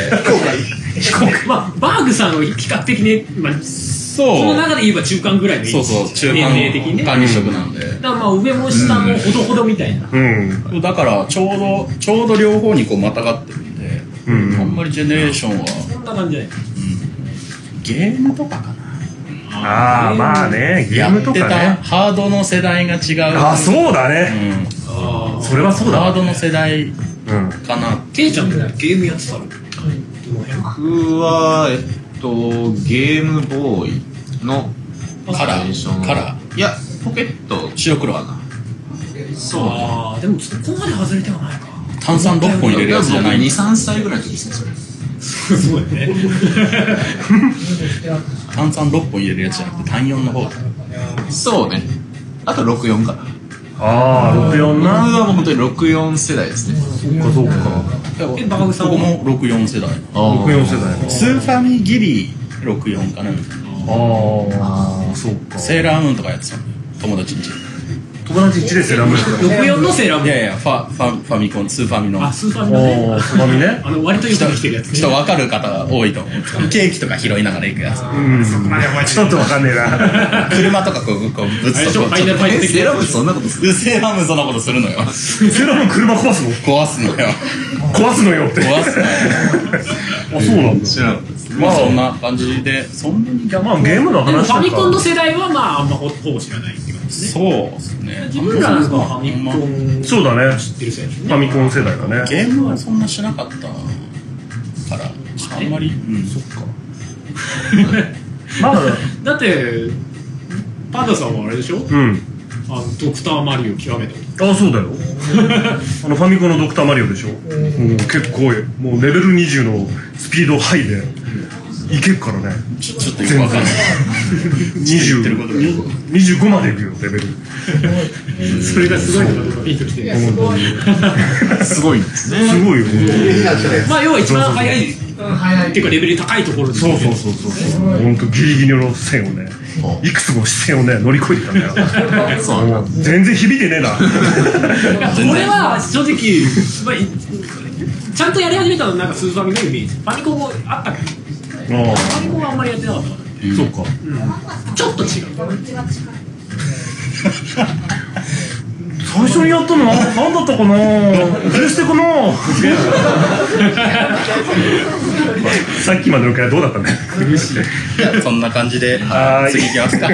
Speaker 2: まあバーグさんは比較的ね、まあ、
Speaker 3: そう
Speaker 2: その中で言えば中間ぐらいの位置
Speaker 3: そうそう、中間
Speaker 2: 年齢的にねだ
Speaker 3: 管理職なんで。
Speaker 2: からまあ上も下もほどほどみたいな、
Speaker 4: うん。
Speaker 3: だから、ちょうど、ちょうど両方にこうまたがってるんで、
Speaker 4: うん
Speaker 3: あんまりジェネレーションは、
Speaker 2: そんな感じじゃない
Speaker 3: ゲームとかかな。
Speaker 4: ああ、まあね、ゲームとか
Speaker 3: やっ
Speaker 4: ね
Speaker 3: て。たハードの世代が違う。
Speaker 4: ああ、そうだね。
Speaker 3: うん
Speaker 2: あ
Speaker 4: それはそうだ
Speaker 3: ハー
Speaker 4: わ。
Speaker 3: ドの世代
Speaker 4: うん。
Speaker 3: かな。
Speaker 2: ケイちゃんってゲームやってたの
Speaker 5: 僕は、えっと、ゲームボーイの
Speaker 3: カラ
Speaker 5: 最初の
Speaker 3: ー、カラー、
Speaker 5: いや、ポケット、
Speaker 3: 白黒はな。
Speaker 2: そうあーでもそこまで外れてはないか
Speaker 3: 炭酸6本入れるやつじゃない
Speaker 5: 2、3歳ぐらいの時ですね、それ。
Speaker 2: すごいね
Speaker 3: 炭酸6本入れるやつじゃなくて、単4の方だ。
Speaker 5: そうね。あと64かな。
Speaker 4: ああ、64
Speaker 5: 僕
Speaker 4: な。
Speaker 5: はもう本当に64世代ですね。
Speaker 4: そっかそっか。
Speaker 2: えバカブさんは
Speaker 3: ここも64世代。
Speaker 5: あ
Speaker 4: 64世代。
Speaker 3: スーファミギリ64かなみたいな。
Speaker 4: ああ、そうか。
Speaker 3: セーラームーンとかやってたの友達んち。
Speaker 4: 友達1でセラムーン
Speaker 2: 64のセーラー
Speaker 3: い
Speaker 2: ムーン
Speaker 3: やいや、ファ、ファ、ファミコン、スーファミの。
Speaker 2: あスーパーミの
Speaker 4: おお、
Speaker 2: ね
Speaker 4: つまみね。
Speaker 2: あの割とよく
Speaker 3: 人、
Speaker 2: できてるやつね
Speaker 3: 人分かる方多いと思うんですけど、ケーキとか拾いながら行くやつ。
Speaker 4: うん。ちょっとわかんねえ な。
Speaker 3: 車とかこう、こう、ぶ
Speaker 2: あれ
Speaker 3: つ
Speaker 2: で
Speaker 3: っ
Speaker 2: し
Speaker 3: と
Speaker 2: ょ
Speaker 3: こう、
Speaker 2: ファイナルファイ
Speaker 5: え、
Speaker 2: ト的
Speaker 5: セーラームーンそんなことする
Speaker 3: うせえハムそんなことするのよ。
Speaker 4: セラムーン車壊すの
Speaker 3: 壊すのよ。
Speaker 4: 壊すのよって。
Speaker 3: 壊すのよ。
Speaker 4: あ、そうなんだ。
Speaker 5: 知らなかったです。
Speaker 3: まあ、そんな感じで、そんなにギャ
Speaker 4: まあ、ゲームの
Speaker 2: でも
Speaker 4: 話
Speaker 2: フ
Speaker 4: とか。
Speaker 2: ァミコンの世代はまああんまほほぼ知らないって感じですね
Speaker 3: そうですね。
Speaker 2: 自分らなんかはファミ
Speaker 3: ま
Speaker 2: コン
Speaker 4: そうだね。
Speaker 2: 知ってる世代です
Speaker 4: ファ
Speaker 2: ね
Speaker 4: ミコン世代だね。
Speaker 3: ゲームはそんなしなかったから、あんまり、うん、そっか。
Speaker 4: まあ、
Speaker 2: だってパンダさんはあれでしょ
Speaker 4: うん。
Speaker 2: あのドクターマリオ極めた
Speaker 4: ああ、そうだよ。 あの、ファミコンのドクターマリオでしょ。もう結構、もうレベル20のスピードハイで、いけっからね。
Speaker 3: ちょちょっとよくわかんない。
Speaker 4: 20
Speaker 3: ってることがよくわ
Speaker 4: 25までいくよ、レベル。
Speaker 2: それがすごいのかどうかピンときて
Speaker 5: すごいんですね。
Speaker 4: すごいよ。
Speaker 2: まあ要は一番早いっていうかレベル高いところです
Speaker 4: そ
Speaker 2: よ
Speaker 4: う
Speaker 2: ね
Speaker 4: そうそうそうそう。本当ギリギリの線をね、いくつも視線をね、乗り越えてたんだよ。
Speaker 5: そう
Speaker 4: もう全然響いてねえ
Speaker 2: い
Speaker 4: な。
Speaker 2: や俺は正直、まあい、 ちゃんとやり始めたのなんかスーファミのイメージファミコンもあったけど
Speaker 4: あ
Speaker 2: ファミコンはあんまりやってなかったか
Speaker 4: あ、そうか。
Speaker 2: らちょっと違う
Speaker 4: 最初にやったのは何だったかなプレステかな さっきまでの会話どうだったんだよ
Speaker 3: そんな感じで、
Speaker 4: はーい
Speaker 3: 次行きますか。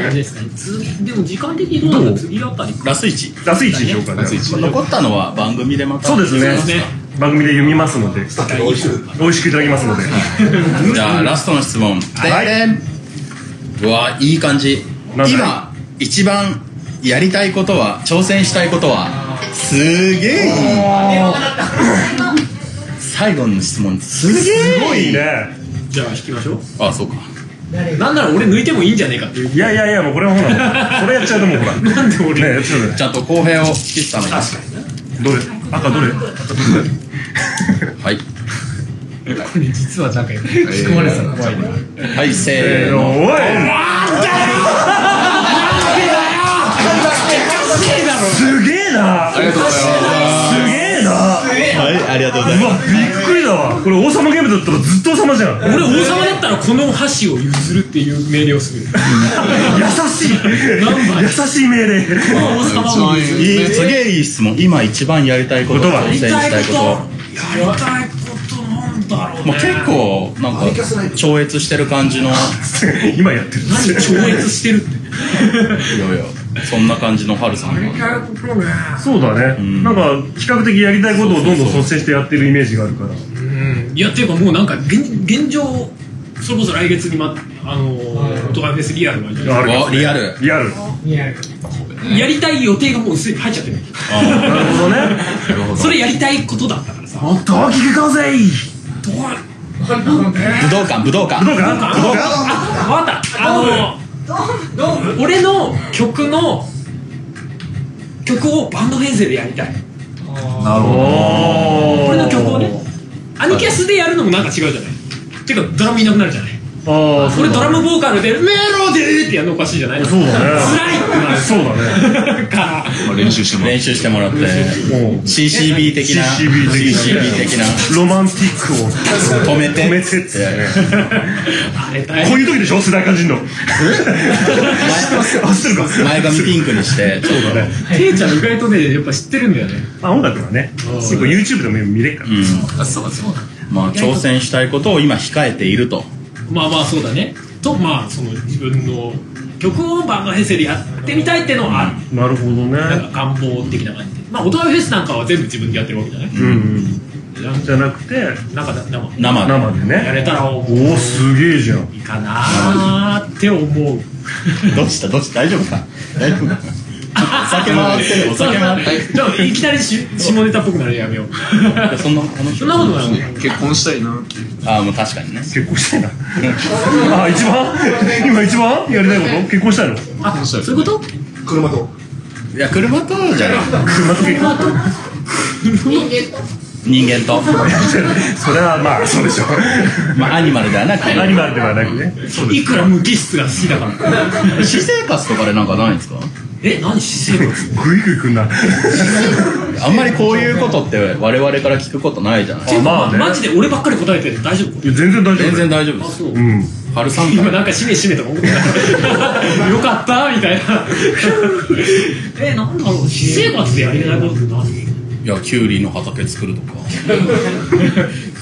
Speaker 2: 次でも時間的にどうなんだ次あたり
Speaker 3: ラスイチ。
Speaker 4: ラスイチでしょうかね
Speaker 3: 残ったのは番組でまた。
Speaker 4: そうですね
Speaker 2: ね
Speaker 4: 番組で読みますので美味しくいただきますので
Speaker 3: じゃあ、ラストの質問。
Speaker 4: い
Speaker 3: でんでんうわ、いい感じ。
Speaker 4: なんだい
Speaker 3: 今、一番やりたいことは、挑戦したいことは、すげえいい。最後の質問、すげ
Speaker 4: すご
Speaker 3: え
Speaker 4: い
Speaker 3: いい。
Speaker 4: ね
Speaker 2: じゃあ引きましょう
Speaker 3: あ、そうか。
Speaker 2: なんなら俺抜いてもいいんじゃねえかっていう
Speaker 4: いやいやいやもうこれはほらこれやっちゃうともうほら
Speaker 2: なんで俺
Speaker 4: ねちょっとね
Speaker 3: ちゃんと公平を切ったのに。
Speaker 2: 確かにな
Speaker 4: どれ赤どれ
Speaker 3: はい。
Speaker 2: これ実はなんか引き込まれてたら怖いね
Speaker 3: はい、せ
Speaker 4: え
Speaker 3: ー
Speaker 4: ー
Speaker 3: の。
Speaker 4: のおい
Speaker 3: ありがとう
Speaker 4: すげえなす
Speaker 3: ござい ます。
Speaker 4: げえな
Speaker 3: はい、ありがとうございます。
Speaker 4: うわびっくりだわこれ王様ゲームだったらずっと王様じゃん
Speaker 2: 俺王様だったらこの箸を譲るっていう命令をする
Speaker 4: 優しい
Speaker 2: 何番
Speaker 4: 優しい命 令
Speaker 2: この王様を譲る
Speaker 3: いい、すげえいい質問。今一番やりたいこと、
Speaker 4: 言葉
Speaker 3: 挑戦したいこと。
Speaker 2: やりたいことなんだろうね
Speaker 3: もう結構、なんか、超越してる感じの、い
Speaker 4: 今やってる
Speaker 2: 何超越してるって
Speaker 3: やいや、そんな感じのハルさんが。
Speaker 2: やりたいことね
Speaker 4: そうだね、
Speaker 3: ん
Speaker 4: なんか比較的やりたいことをどんどん率先してやってるイメージがあるから
Speaker 2: いやっていうかもうなんか現現状それこそ来月にまあのーオトガメフェスリアルがあるじゃない
Speaker 4: ある
Speaker 3: わ、リアル。
Speaker 4: リアル
Speaker 2: やりたい予定がもうすでに入っちゃってる
Speaker 3: あ
Speaker 4: なるほどね
Speaker 2: それやりたいことだったからさ
Speaker 4: もっと大きく行こうぜ
Speaker 2: どうあ
Speaker 3: ー武道館、武道
Speaker 4: 武道
Speaker 3: 館。
Speaker 4: 館
Speaker 2: わかったあのー俺の曲の曲をバンド編成でやりたい
Speaker 5: なるほど。
Speaker 4: お
Speaker 2: 俺の曲をねアニキャスでやるのもなんか違うじゃないっていうかドラムいなくなるじゃない
Speaker 4: ああ
Speaker 2: これドラムボーカルでメロディーってやるのおかしいじゃないの
Speaker 4: そうだね
Speaker 2: 辛い
Speaker 4: そうだね
Speaker 2: から
Speaker 5: まあ練習してもらう
Speaker 3: 練習してもらって
Speaker 4: もう
Speaker 3: CCB 的な
Speaker 4: CCB 的な
Speaker 3: CCB 的な
Speaker 4: ロマンティックを
Speaker 3: 止めて
Speaker 4: 止めてっつってね
Speaker 2: あれ大
Speaker 4: こう
Speaker 2: 変
Speaker 4: いう時でしょ世代感じんの
Speaker 3: 前
Speaker 4: るか
Speaker 3: 前髪ピンクにしてちょっと
Speaker 2: ケイちゃん意外とねやっぱ知ってるんだよね
Speaker 4: あ音楽はね結構 YouTube でも見れるから
Speaker 3: うん
Speaker 5: あそうそう
Speaker 3: まあ挑戦したいことを今控えていると
Speaker 2: まあまあそうだねとまあその自分の曲をバンドフェスでやってみたいっていうのはある
Speaker 4: なるほど
Speaker 2: なん
Speaker 4: ね
Speaker 2: か願望的な感じでまあ大人フェスなんかは全部自分でやってるわけじゃない
Speaker 4: うんうん
Speaker 2: なんか
Speaker 4: じゃなくて
Speaker 2: なんかなんか
Speaker 3: 生で
Speaker 4: 生で
Speaker 2: や
Speaker 4: ね
Speaker 2: れたらお
Speaker 4: おおすげえじゃん
Speaker 2: いいかなーって思う
Speaker 3: どうしたどうした大丈夫か大丈夫かお酒回ってるお酒回ってる
Speaker 2: じゃあいきなりし下ネタっぽくなるのやめよう
Speaker 3: そんな楽しい
Speaker 2: そんなことないもん
Speaker 5: 結婚したいなって
Speaker 3: ああもう確かにね
Speaker 4: 結婚 したいなあ一番今一番やりたいこと結婚したいの
Speaker 2: あそういうこと
Speaker 6: 車と
Speaker 3: いや車とじゃない
Speaker 4: 車と結婚
Speaker 3: 人間と
Speaker 4: それはまあそうで しょ
Speaker 3: まあアニマルではなく
Speaker 4: アニマルではなくね
Speaker 2: いくら無機質が好きだから
Speaker 3: 私生活とかでなんかないんですか
Speaker 2: え何私生活
Speaker 4: グイグイ くんな
Speaker 3: あんまりこういうことって我々から聞くことないじゃない
Speaker 4: まあね
Speaker 2: マジで俺ばっかり答えてる大丈夫
Speaker 4: いや全然大丈夫
Speaker 3: 全然大丈夫
Speaker 2: あ
Speaker 3: です
Speaker 2: そう
Speaker 4: うん
Speaker 3: 春さん
Speaker 2: 今なんかしめしめとか思ってたよかったみたいな えなんだろう私生活でやりたいことって何いや
Speaker 3: いやキュウリの畑作るとか
Speaker 2: 買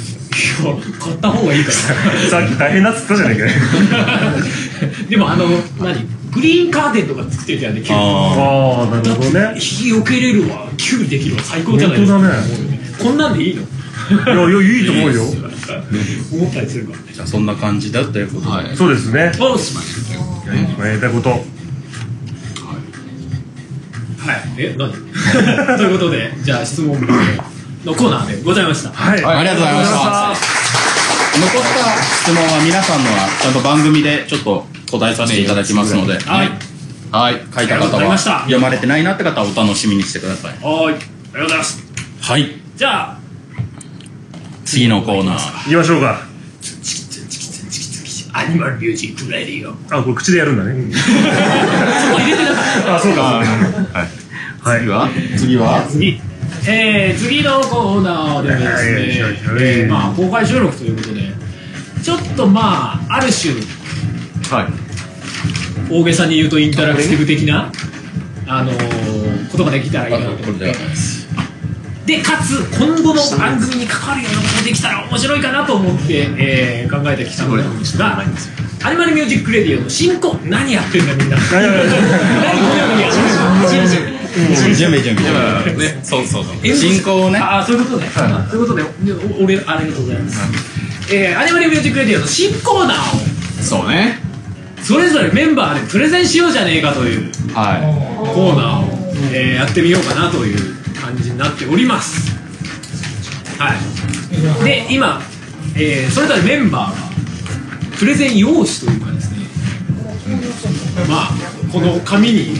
Speaker 2: った方がいいか
Speaker 4: さっき大変だっつったじゃない かよ
Speaker 2: ら でもあの何グリーンカーテンとか作ってるじゃんねキュウ
Speaker 3: あ
Speaker 4: ああなるほど
Speaker 2: リ
Speaker 4: ね
Speaker 2: 火避けれるわキュウリできるわ最高じゃないですか
Speaker 4: 本当だね
Speaker 2: 思うよねこんなんでいいの
Speaker 4: いやいやいいと思うよ
Speaker 2: 思ったりするからね
Speaker 3: じゃあそんな感じだということで、
Speaker 5: はい
Speaker 4: そうですね
Speaker 2: おしまい
Speaker 4: 今やりたいこと
Speaker 2: はいえ何 ということでじゃあ質問のコーナーでございました
Speaker 4: はい
Speaker 3: ありがとうございました残った質問は皆さんのはちゃんと番組でちょっと答えさせていただきますので、
Speaker 2: はい
Speaker 3: はい、書いた
Speaker 2: あ
Speaker 3: 方
Speaker 2: りがとうござい
Speaker 3: は
Speaker 2: ました
Speaker 3: 読まれてないなって方はお楽しみにしてください
Speaker 2: はいありがとうございます
Speaker 3: はい
Speaker 2: じゃあ
Speaker 3: 次のコーナー
Speaker 4: 行きましょうか
Speaker 2: アニマルミュージックレディオ
Speaker 4: あこれ口でやるんだね
Speaker 2: 入れてなかっ
Speaker 4: あそうかはい
Speaker 5: 次は
Speaker 3: 次は
Speaker 2: た次えー、次のコーナーでです
Speaker 4: はいはいはい
Speaker 2: ね、えーまあ、公開収録ということでちょっとまあある種
Speaker 5: はい
Speaker 2: 大げさに言うとインタラクティブ的なあのー、ことができたらいいなと
Speaker 3: これではないです
Speaker 2: でかつ今後の番組に関わるようなことができたら面白いかなと思って、えー、考えてきたのなんですがアニマルミュージックレディオの進行何やってんだみんな 何このようにやってる
Speaker 3: 準備準備準備
Speaker 5: ねそうそうそう
Speaker 3: 進行をね
Speaker 2: ああそういうことね、そういうことねお俺ありがとうございます、えー、アニマルミュージックレディオの新コーナーを
Speaker 5: そうね
Speaker 2: それぞれメンバーでプレゼンしようじゃねえかという
Speaker 5: は
Speaker 2: コーナーを、えーやってみようかなという感じになっておりますはいで今、えーそれぞれメンバーがプレゼン用紙というかですね、まあこの紙に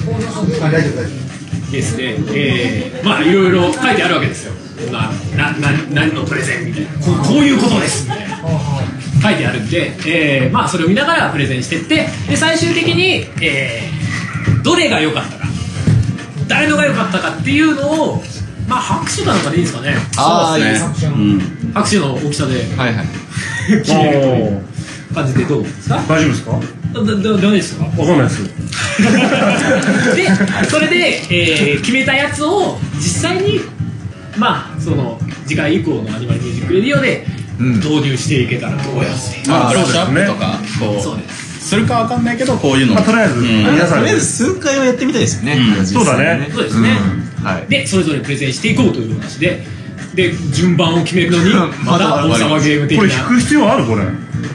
Speaker 6: あ大丈夫大丈
Speaker 2: ですね、えーまあいろいろ書いてあるわけですよ、まあ、なな何のプレゼンみたいなここういうことですみたいな書いてあるんで、えーまあ、それを見ながらプレゼンしてってで最終的に、えーどれが良かったか誰のが良かったかっていうのを、まあ、拍手なのかでいいですかね
Speaker 5: あー
Speaker 3: そうですねうん
Speaker 2: 拍手の大きさで
Speaker 5: いはいはい
Speaker 2: 決めるという
Speaker 4: おー
Speaker 2: 感じでどうですか
Speaker 4: 大丈夫ですかわ
Speaker 2: どどどうですか
Speaker 4: かんないです
Speaker 2: でそれで、えー決めたやつを実際にまあその次回以降のアニマルミュージックレディオで
Speaker 5: うん
Speaker 2: 導入していけたらどうやって、
Speaker 3: まあ
Speaker 5: あ
Speaker 3: ブラッシュアップと
Speaker 4: そ
Speaker 3: かこう
Speaker 2: そうです
Speaker 3: するかわかんないけどこういうの
Speaker 4: まあとりあえず
Speaker 3: うん
Speaker 4: 皆さ
Speaker 5: と
Speaker 4: ん
Speaker 5: りあえず数回はやってみたいですよね
Speaker 3: うん
Speaker 5: 実際に
Speaker 2: そうだねそうですね
Speaker 5: うんはい
Speaker 2: でそれぞれプレゼンしていこうという話でで順番を決めるのに
Speaker 5: うん
Speaker 2: まだ王様ゲーム的
Speaker 4: これ
Speaker 2: な
Speaker 4: 引く必要あるこれ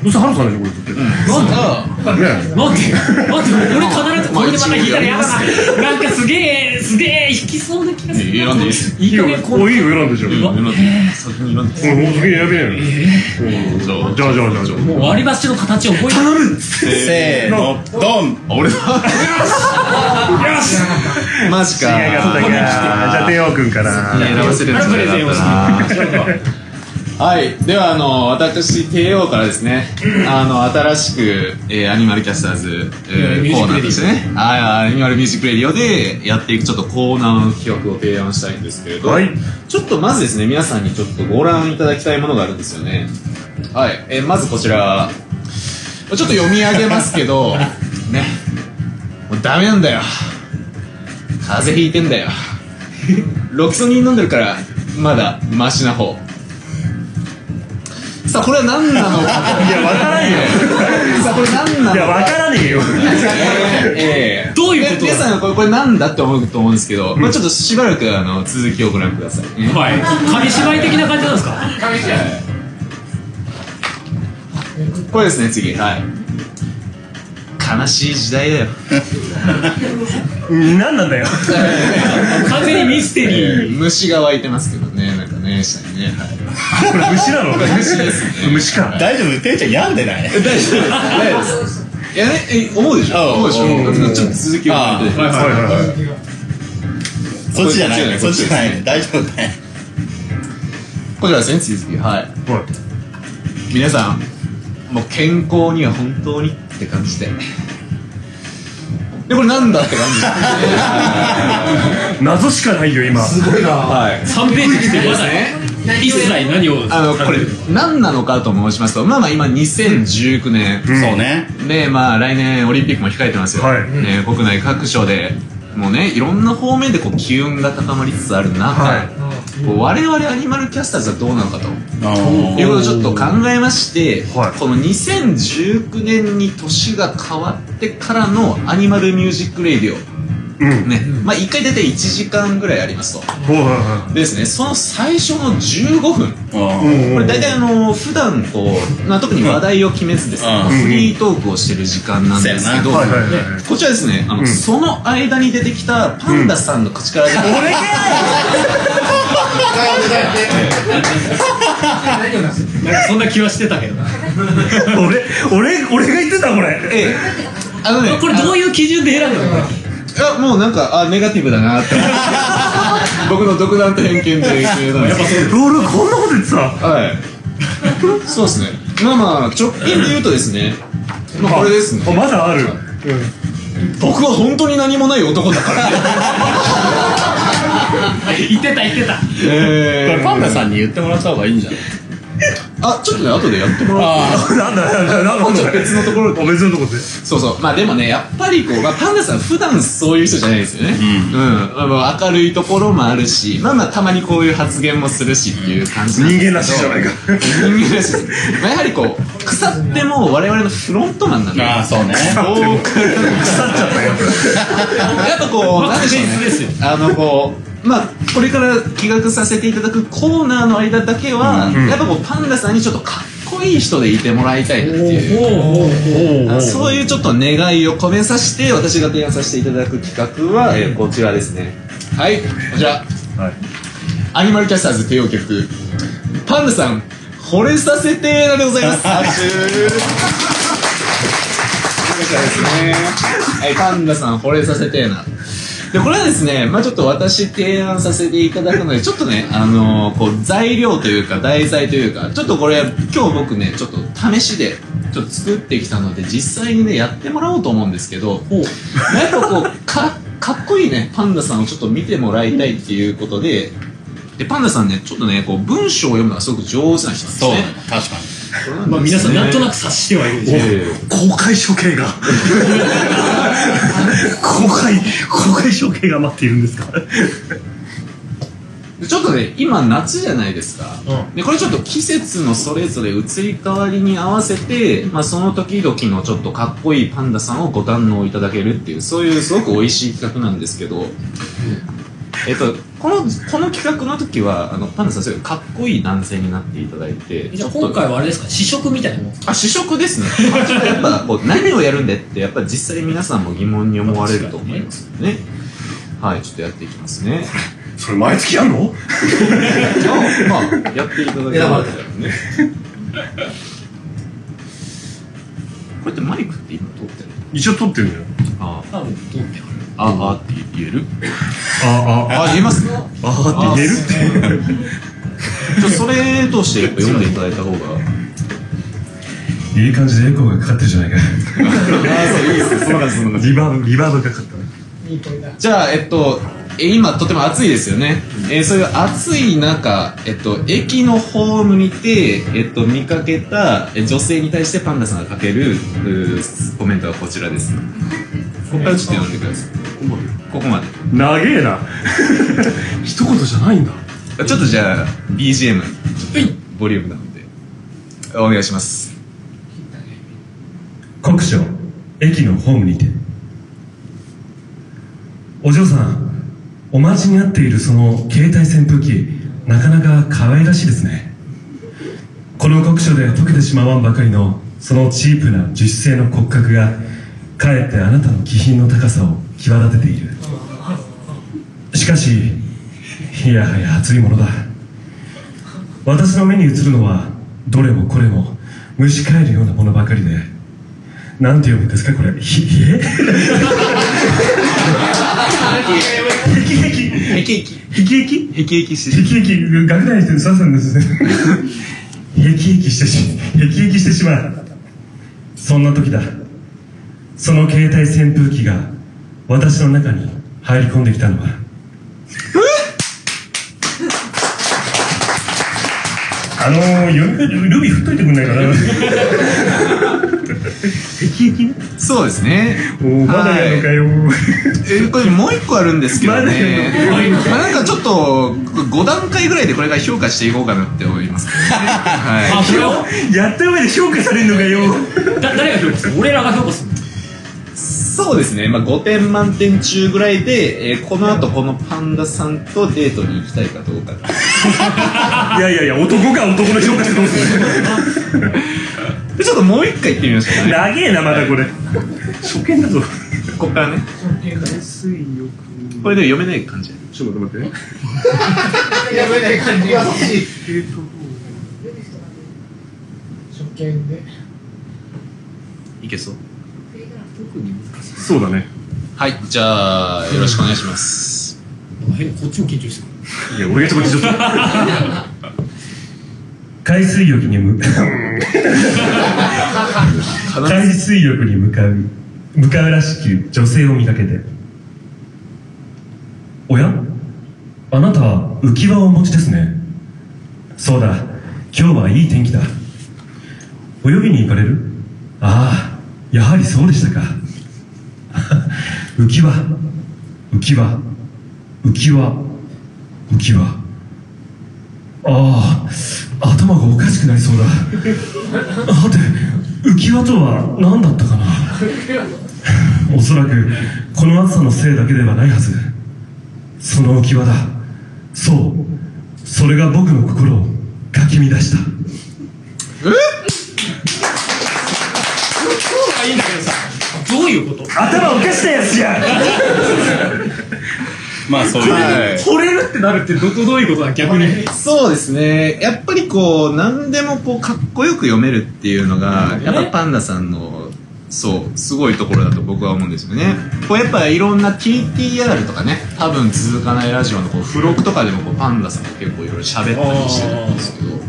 Speaker 4: どうせハルさんでしょこれ撮って
Speaker 2: なんで
Speaker 4: ね
Speaker 2: なんでなんで俺必ずこれでまた引いたらやだななんかすげえすげえ引きそうな気がする
Speaker 5: いやなんでいいっす
Speaker 2: いい加
Speaker 4: よ
Speaker 2: 減こ
Speaker 4: お
Speaker 2: う
Speaker 4: いいよ選んでしょ
Speaker 5: うん
Speaker 4: こ
Speaker 5: 今の先に今の
Speaker 4: れもうすげえやべえようんじ
Speaker 5: じ
Speaker 4: ゃ
Speaker 5: ゃ
Speaker 4: あ
Speaker 5: あ
Speaker 4: じゃあじゃあじゃ
Speaker 2: もう割り箸の形を覚えて
Speaker 3: せーのドン
Speaker 5: あ俺だ
Speaker 4: あし
Speaker 5: マジ か
Speaker 4: 違いがあったかじゃあ天王君から
Speaker 5: 選ばせる
Speaker 2: あ
Speaker 5: やつ
Speaker 2: プ
Speaker 5: じ
Speaker 2: レ
Speaker 5: ゃ
Speaker 2: ゼン
Speaker 5: な
Speaker 2: を
Speaker 5: かったな
Speaker 2: して
Speaker 5: はい、ではあの私 KO からで すね、あの新しく、えーアニマルキャスターズ、えー
Speaker 2: ミュージックレディ
Speaker 5: コーナーとしてね、はいアニマルミュージックレディオでやっていくちょっとコーナーの企画を提案したいんですけれど、
Speaker 4: はい
Speaker 5: ちょっとまずですね皆さんにちょっとご覧いただきたいものがあるんですよね。はい、えーまずこちら、ちょっと読み上げますけ ど、ね、もうダメなんだよ。風邪ひいてんだよ。ロキソニン飲んでるからまだマシな方。さあこれは何なの
Speaker 4: い
Speaker 5: かと。
Speaker 4: や、わからんよ。
Speaker 5: さあこれ何なの
Speaker 4: いや、わからねえよ。
Speaker 5: ええ
Speaker 2: どういうことだ
Speaker 5: で皆さんこれこれ何だって思うと思うんですけど、まあちょっとしばらくあの続きをご覧くださいね。
Speaker 2: はい紙芝居的な感じなんですか
Speaker 5: これですね次はい。悲しい時代だよ。
Speaker 4: 何なんだよ。
Speaker 2: 完全にミステリー
Speaker 5: 虫が湧いてますけどねなんかね下にね。はい
Speaker 4: これ虫なの
Speaker 5: これ虫ですね。
Speaker 4: 虫か。
Speaker 3: 大丈夫てんちゃん病んでない
Speaker 5: 大丈夫です。いやね、え思うでしょ
Speaker 3: あ
Speaker 5: 思うでしょ
Speaker 3: うん
Speaker 5: ちょっとちょっと続きを
Speaker 3: あ
Speaker 5: 見て
Speaker 4: はいはいはい。
Speaker 3: そっちじゃないね
Speaker 5: こ
Speaker 3: そ
Speaker 5: っ
Speaker 3: っ
Speaker 5: ち
Speaker 3: ち
Speaker 5: じ
Speaker 3: じ
Speaker 5: ゃ
Speaker 3: ゃ
Speaker 5: な
Speaker 3: ないいね大丈夫だね
Speaker 5: こちらですね続きはい
Speaker 4: はい
Speaker 5: 皆さんもう健康には本当にって感じででこれなんだって感じ
Speaker 4: 謎しかないよ、 今。
Speaker 6: すごいな。
Speaker 5: はい
Speaker 2: 3ページ来てまだね一切何を
Speaker 5: あのこれ何なのかと申しますとまあまあ今2019年、
Speaker 4: ん
Speaker 3: そうね
Speaker 5: でまあ来年オリンピックも控えてますよ、
Speaker 4: はい
Speaker 5: ね、国内各所でもうねいろんな方面でこう機運が高まりつつある中、
Speaker 4: はい
Speaker 5: こう我々アニマルキャスターズはどうなのかと
Speaker 3: うん
Speaker 5: いうことをちょっと考えまして、
Speaker 4: はい
Speaker 5: この2019年に年が変わってからのアニマルミュージック・レディオ、
Speaker 4: うん。
Speaker 5: ねまあ、1回大体1時間ぐらいありますと
Speaker 4: ほうはいは
Speaker 5: でですねその最初の15分
Speaker 4: い。
Speaker 3: う
Speaker 4: うんんうん
Speaker 5: これ大体あの普段こう、まあ、特に話題を決めずですね
Speaker 3: うん
Speaker 5: フリートークをしてる時間なんですけど、
Speaker 3: そう
Speaker 4: やなはいはいはい
Speaker 5: ねこちらですねあの、その間に出てきたパンダさんの口から出てきた、
Speaker 2: なんかそんな気はしてたけどな
Speaker 4: 俺、俺、俺が言ってた、これ。
Speaker 5: ええあのね
Speaker 2: これどういう基準で選んだのこ
Speaker 5: いやもうなんかあネガティブだなって思って僕の独断と偏見で決めたんですけど
Speaker 4: 俺、こんなこと言ってた。
Speaker 5: はいそうですねまあまあ直近で言うとですねまあこれですね
Speaker 4: あまだある。
Speaker 5: 僕は本当に何もない男だからね
Speaker 2: れ言ってた言ってた
Speaker 3: こ
Speaker 5: え
Speaker 3: れパンダさんに言ってもらった方がいいんじゃない
Speaker 5: ーあちょっとね後でやってもらおう
Speaker 3: あ
Speaker 4: なんだ、なんだ、なんだ、
Speaker 5: ちょっと別のところで
Speaker 4: あ別のところで。
Speaker 5: そうそうまあでもねやっぱりこう、まあ、パンダさん普段そういう人じゃないですよねうん、まあまあ、明るいところもあるしまあまあたまにこういう発言もするしっていう感じ
Speaker 4: 人
Speaker 5: なんですけ
Speaker 4: 間
Speaker 5: ど
Speaker 4: らしいじゃないか。
Speaker 5: 人間らしいですまあやはりこう腐っても我々のフロントマンなんで
Speaker 3: あああそうね
Speaker 5: ボーカ
Speaker 4: 腐
Speaker 5: ル
Speaker 4: っちゃったよ。
Speaker 5: やっぱこう、なんでしょうね
Speaker 2: まあベースです。
Speaker 5: あのこう、まあ、これから企画させていただくコーナーの間だけは、やっぱこう、パンダさんにちょっとかっこいい人でいてもらいたいなっていう。あのそういうちょっと願いを込めさせて、私が提案させていただく企画は、えーこちらですね。はい、こちら。
Speaker 4: はい
Speaker 5: アニマルキャスターズ帝王曲、パンダさん、惚れさせてーのでございます。拍手 こちらですね。 はい、パンダさん、惚れさせてーな。で、これはですね、まあちょっと私提案させていただくので、ちょっとね、あのーこう、材料というか、題材というか、ちょっとこれ、今日僕ね、ちょっと試しで、ちょっと作ってきたので、実際にね、やってもらおうと思うんですけど、やっぱこう、か、かっこいいね、パンダさんをちょっと見てもらいたいっていうことで、で、パンダさんね、ちょっとね、こう、文章を読むのがすごく上手な人
Speaker 3: そう
Speaker 5: なん
Speaker 3: ね
Speaker 5: ですね。
Speaker 3: 確かに
Speaker 2: まあ皆さんなんとな
Speaker 5: く。
Speaker 2: く察してはいるでしょ
Speaker 5: ええ
Speaker 4: 公開処刑が公開公開処刑が待っているんですか
Speaker 5: でちょっとね今夏じゃないですか、でこれちょっと季節のそれぞれ移り変わりに合わせて、まあ、その時々のちょっとかっこいいパンダさんをご堪能いただけるっていうそういうすごく美味しい企画なんですけど、えっとこのこの企画の時はあのパンダさんすごいかっこいい男性になっていただいて
Speaker 2: じゃあ今回はあれですか試食みたいなもん
Speaker 5: あ試食ですねやっぱこう何をやるんだってやっぱ実際皆さんも疑問に思われると思いますよねはいちょっとやっていきますね
Speaker 4: それ毎月やんの
Speaker 5: まあ、やっていただけたらね。これってマイクって今通ってる
Speaker 4: 一応撮ってるんだよ
Speaker 5: あ
Speaker 2: 多分どうってある
Speaker 5: あ、ああって言える
Speaker 4: あ
Speaker 5: あ、言えます
Speaker 4: あああって言えるって
Speaker 5: ちょそれ通してやっぱ読んでいただいた方が
Speaker 4: いい感じでエコーがかかってるじゃないか。
Speaker 7: リバーブ、リバーブかかったね。
Speaker 8: いい問いだ。
Speaker 5: じゃあ、えっと、え今とても暑いですよね。えーそういう暑い中、えっと、駅のホームにて、えっと、見かけたえ女性に対してパンダさんがかけるうーコメントがこちらです。ここからちょっと読んでください。ここまで。
Speaker 7: 長えな。一言じゃないんだ。
Speaker 5: ちょっとじゃあ、BGM、ちょっとボリュームなので、お願いします。
Speaker 4: 国書、駅のホームにて。お嬢さん、お待ちになっているその携帯扇風機、なかなか可愛らしいですね。この国書で溶けてしまわんばかりの、そのチープな樹脂製の骨格が、かえってあなたの気品の高さを際立てている。しかし、いやはや熱いものだ。私の目に映るのは、どれもこれも、蒸し返るようなものばかりで、なんて読むんですかこれ。ひ、ひえ へきへき。へきへき。へきへき
Speaker 5: へきへきして
Speaker 4: へきへき、学内して刺すんですね。 へきへきしてし、へきへきしてしまう。そんな時だ。その携帯扇風機が私の中に入り込んできたのは。あのー、読みルルビー振っといてくんないかな。へきへきね。
Speaker 5: そうですね。
Speaker 4: おーまだやるのかよ。
Speaker 5: えこれもう一個あるんですけど
Speaker 4: まだ
Speaker 5: ね
Speaker 4: や、
Speaker 5: まあ、なんかちょっと5段階ぐらいでこれから評価していこうかなって思いますけどね、は
Speaker 2: あそれを
Speaker 4: やった上で評価されるのかよ。
Speaker 2: だ誰が評価するの俺らが評価するの
Speaker 5: い、 そうですね、まあ、5点満点中ぐらいで、えーこのあとこのパンダさんとデートに行きたいかどうか
Speaker 7: いやいやいや、男が男の評価してどうする
Speaker 5: でちょっともう一回行ってみましょうかね
Speaker 7: 長えな、まだこれ。初見だぞ。
Speaker 5: ここからねこれで読めない感じ
Speaker 7: ちょっと待ってね。
Speaker 9: やめない感じが欲しい。
Speaker 8: 初見で。
Speaker 5: いけそう
Speaker 7: そうだね。
Speaker 5: はいじゃあよろしくお願いします
Speaker 2: なんか変にこっちも緊張してる
Speaker 7: いや、俺がちょこちょっと。
Speaker 4: 海水浴に向かう。海水浴に向かう向かうらしき女性を見かけておやあなた浮き輪をお持ちですねそうだ今日はいい天気だ泳ぎに行かれるああやはりそうでしたか 浮き輪浮き輪浮き輪浮き輪ああ頭がおかしくなりそうだはて浮き輪とは何だったかなおそらくこの暑さのせいだけではないはずその浮き輪だそうそれが僕の心をかき乱した
Speaker 2: 心はいいんだけどさどういうこと
Speaker 7: 頭おかしたやつじゃん
Speaker 3: まあそういう、
Speaker 2: 惚れるってなるってどどどういうことだ逆に
Speaker 5: そうですねやっぱりこう何でもこうかっこよく読めるっていうのがやっぱパンダさんのそうすごいところだと僕は思うんですよねこうやっぱいろんな TTR とかね多分続かないラジオのこう付録とかでもこうパンダさんが結構いろいろ喋ったりしてるんで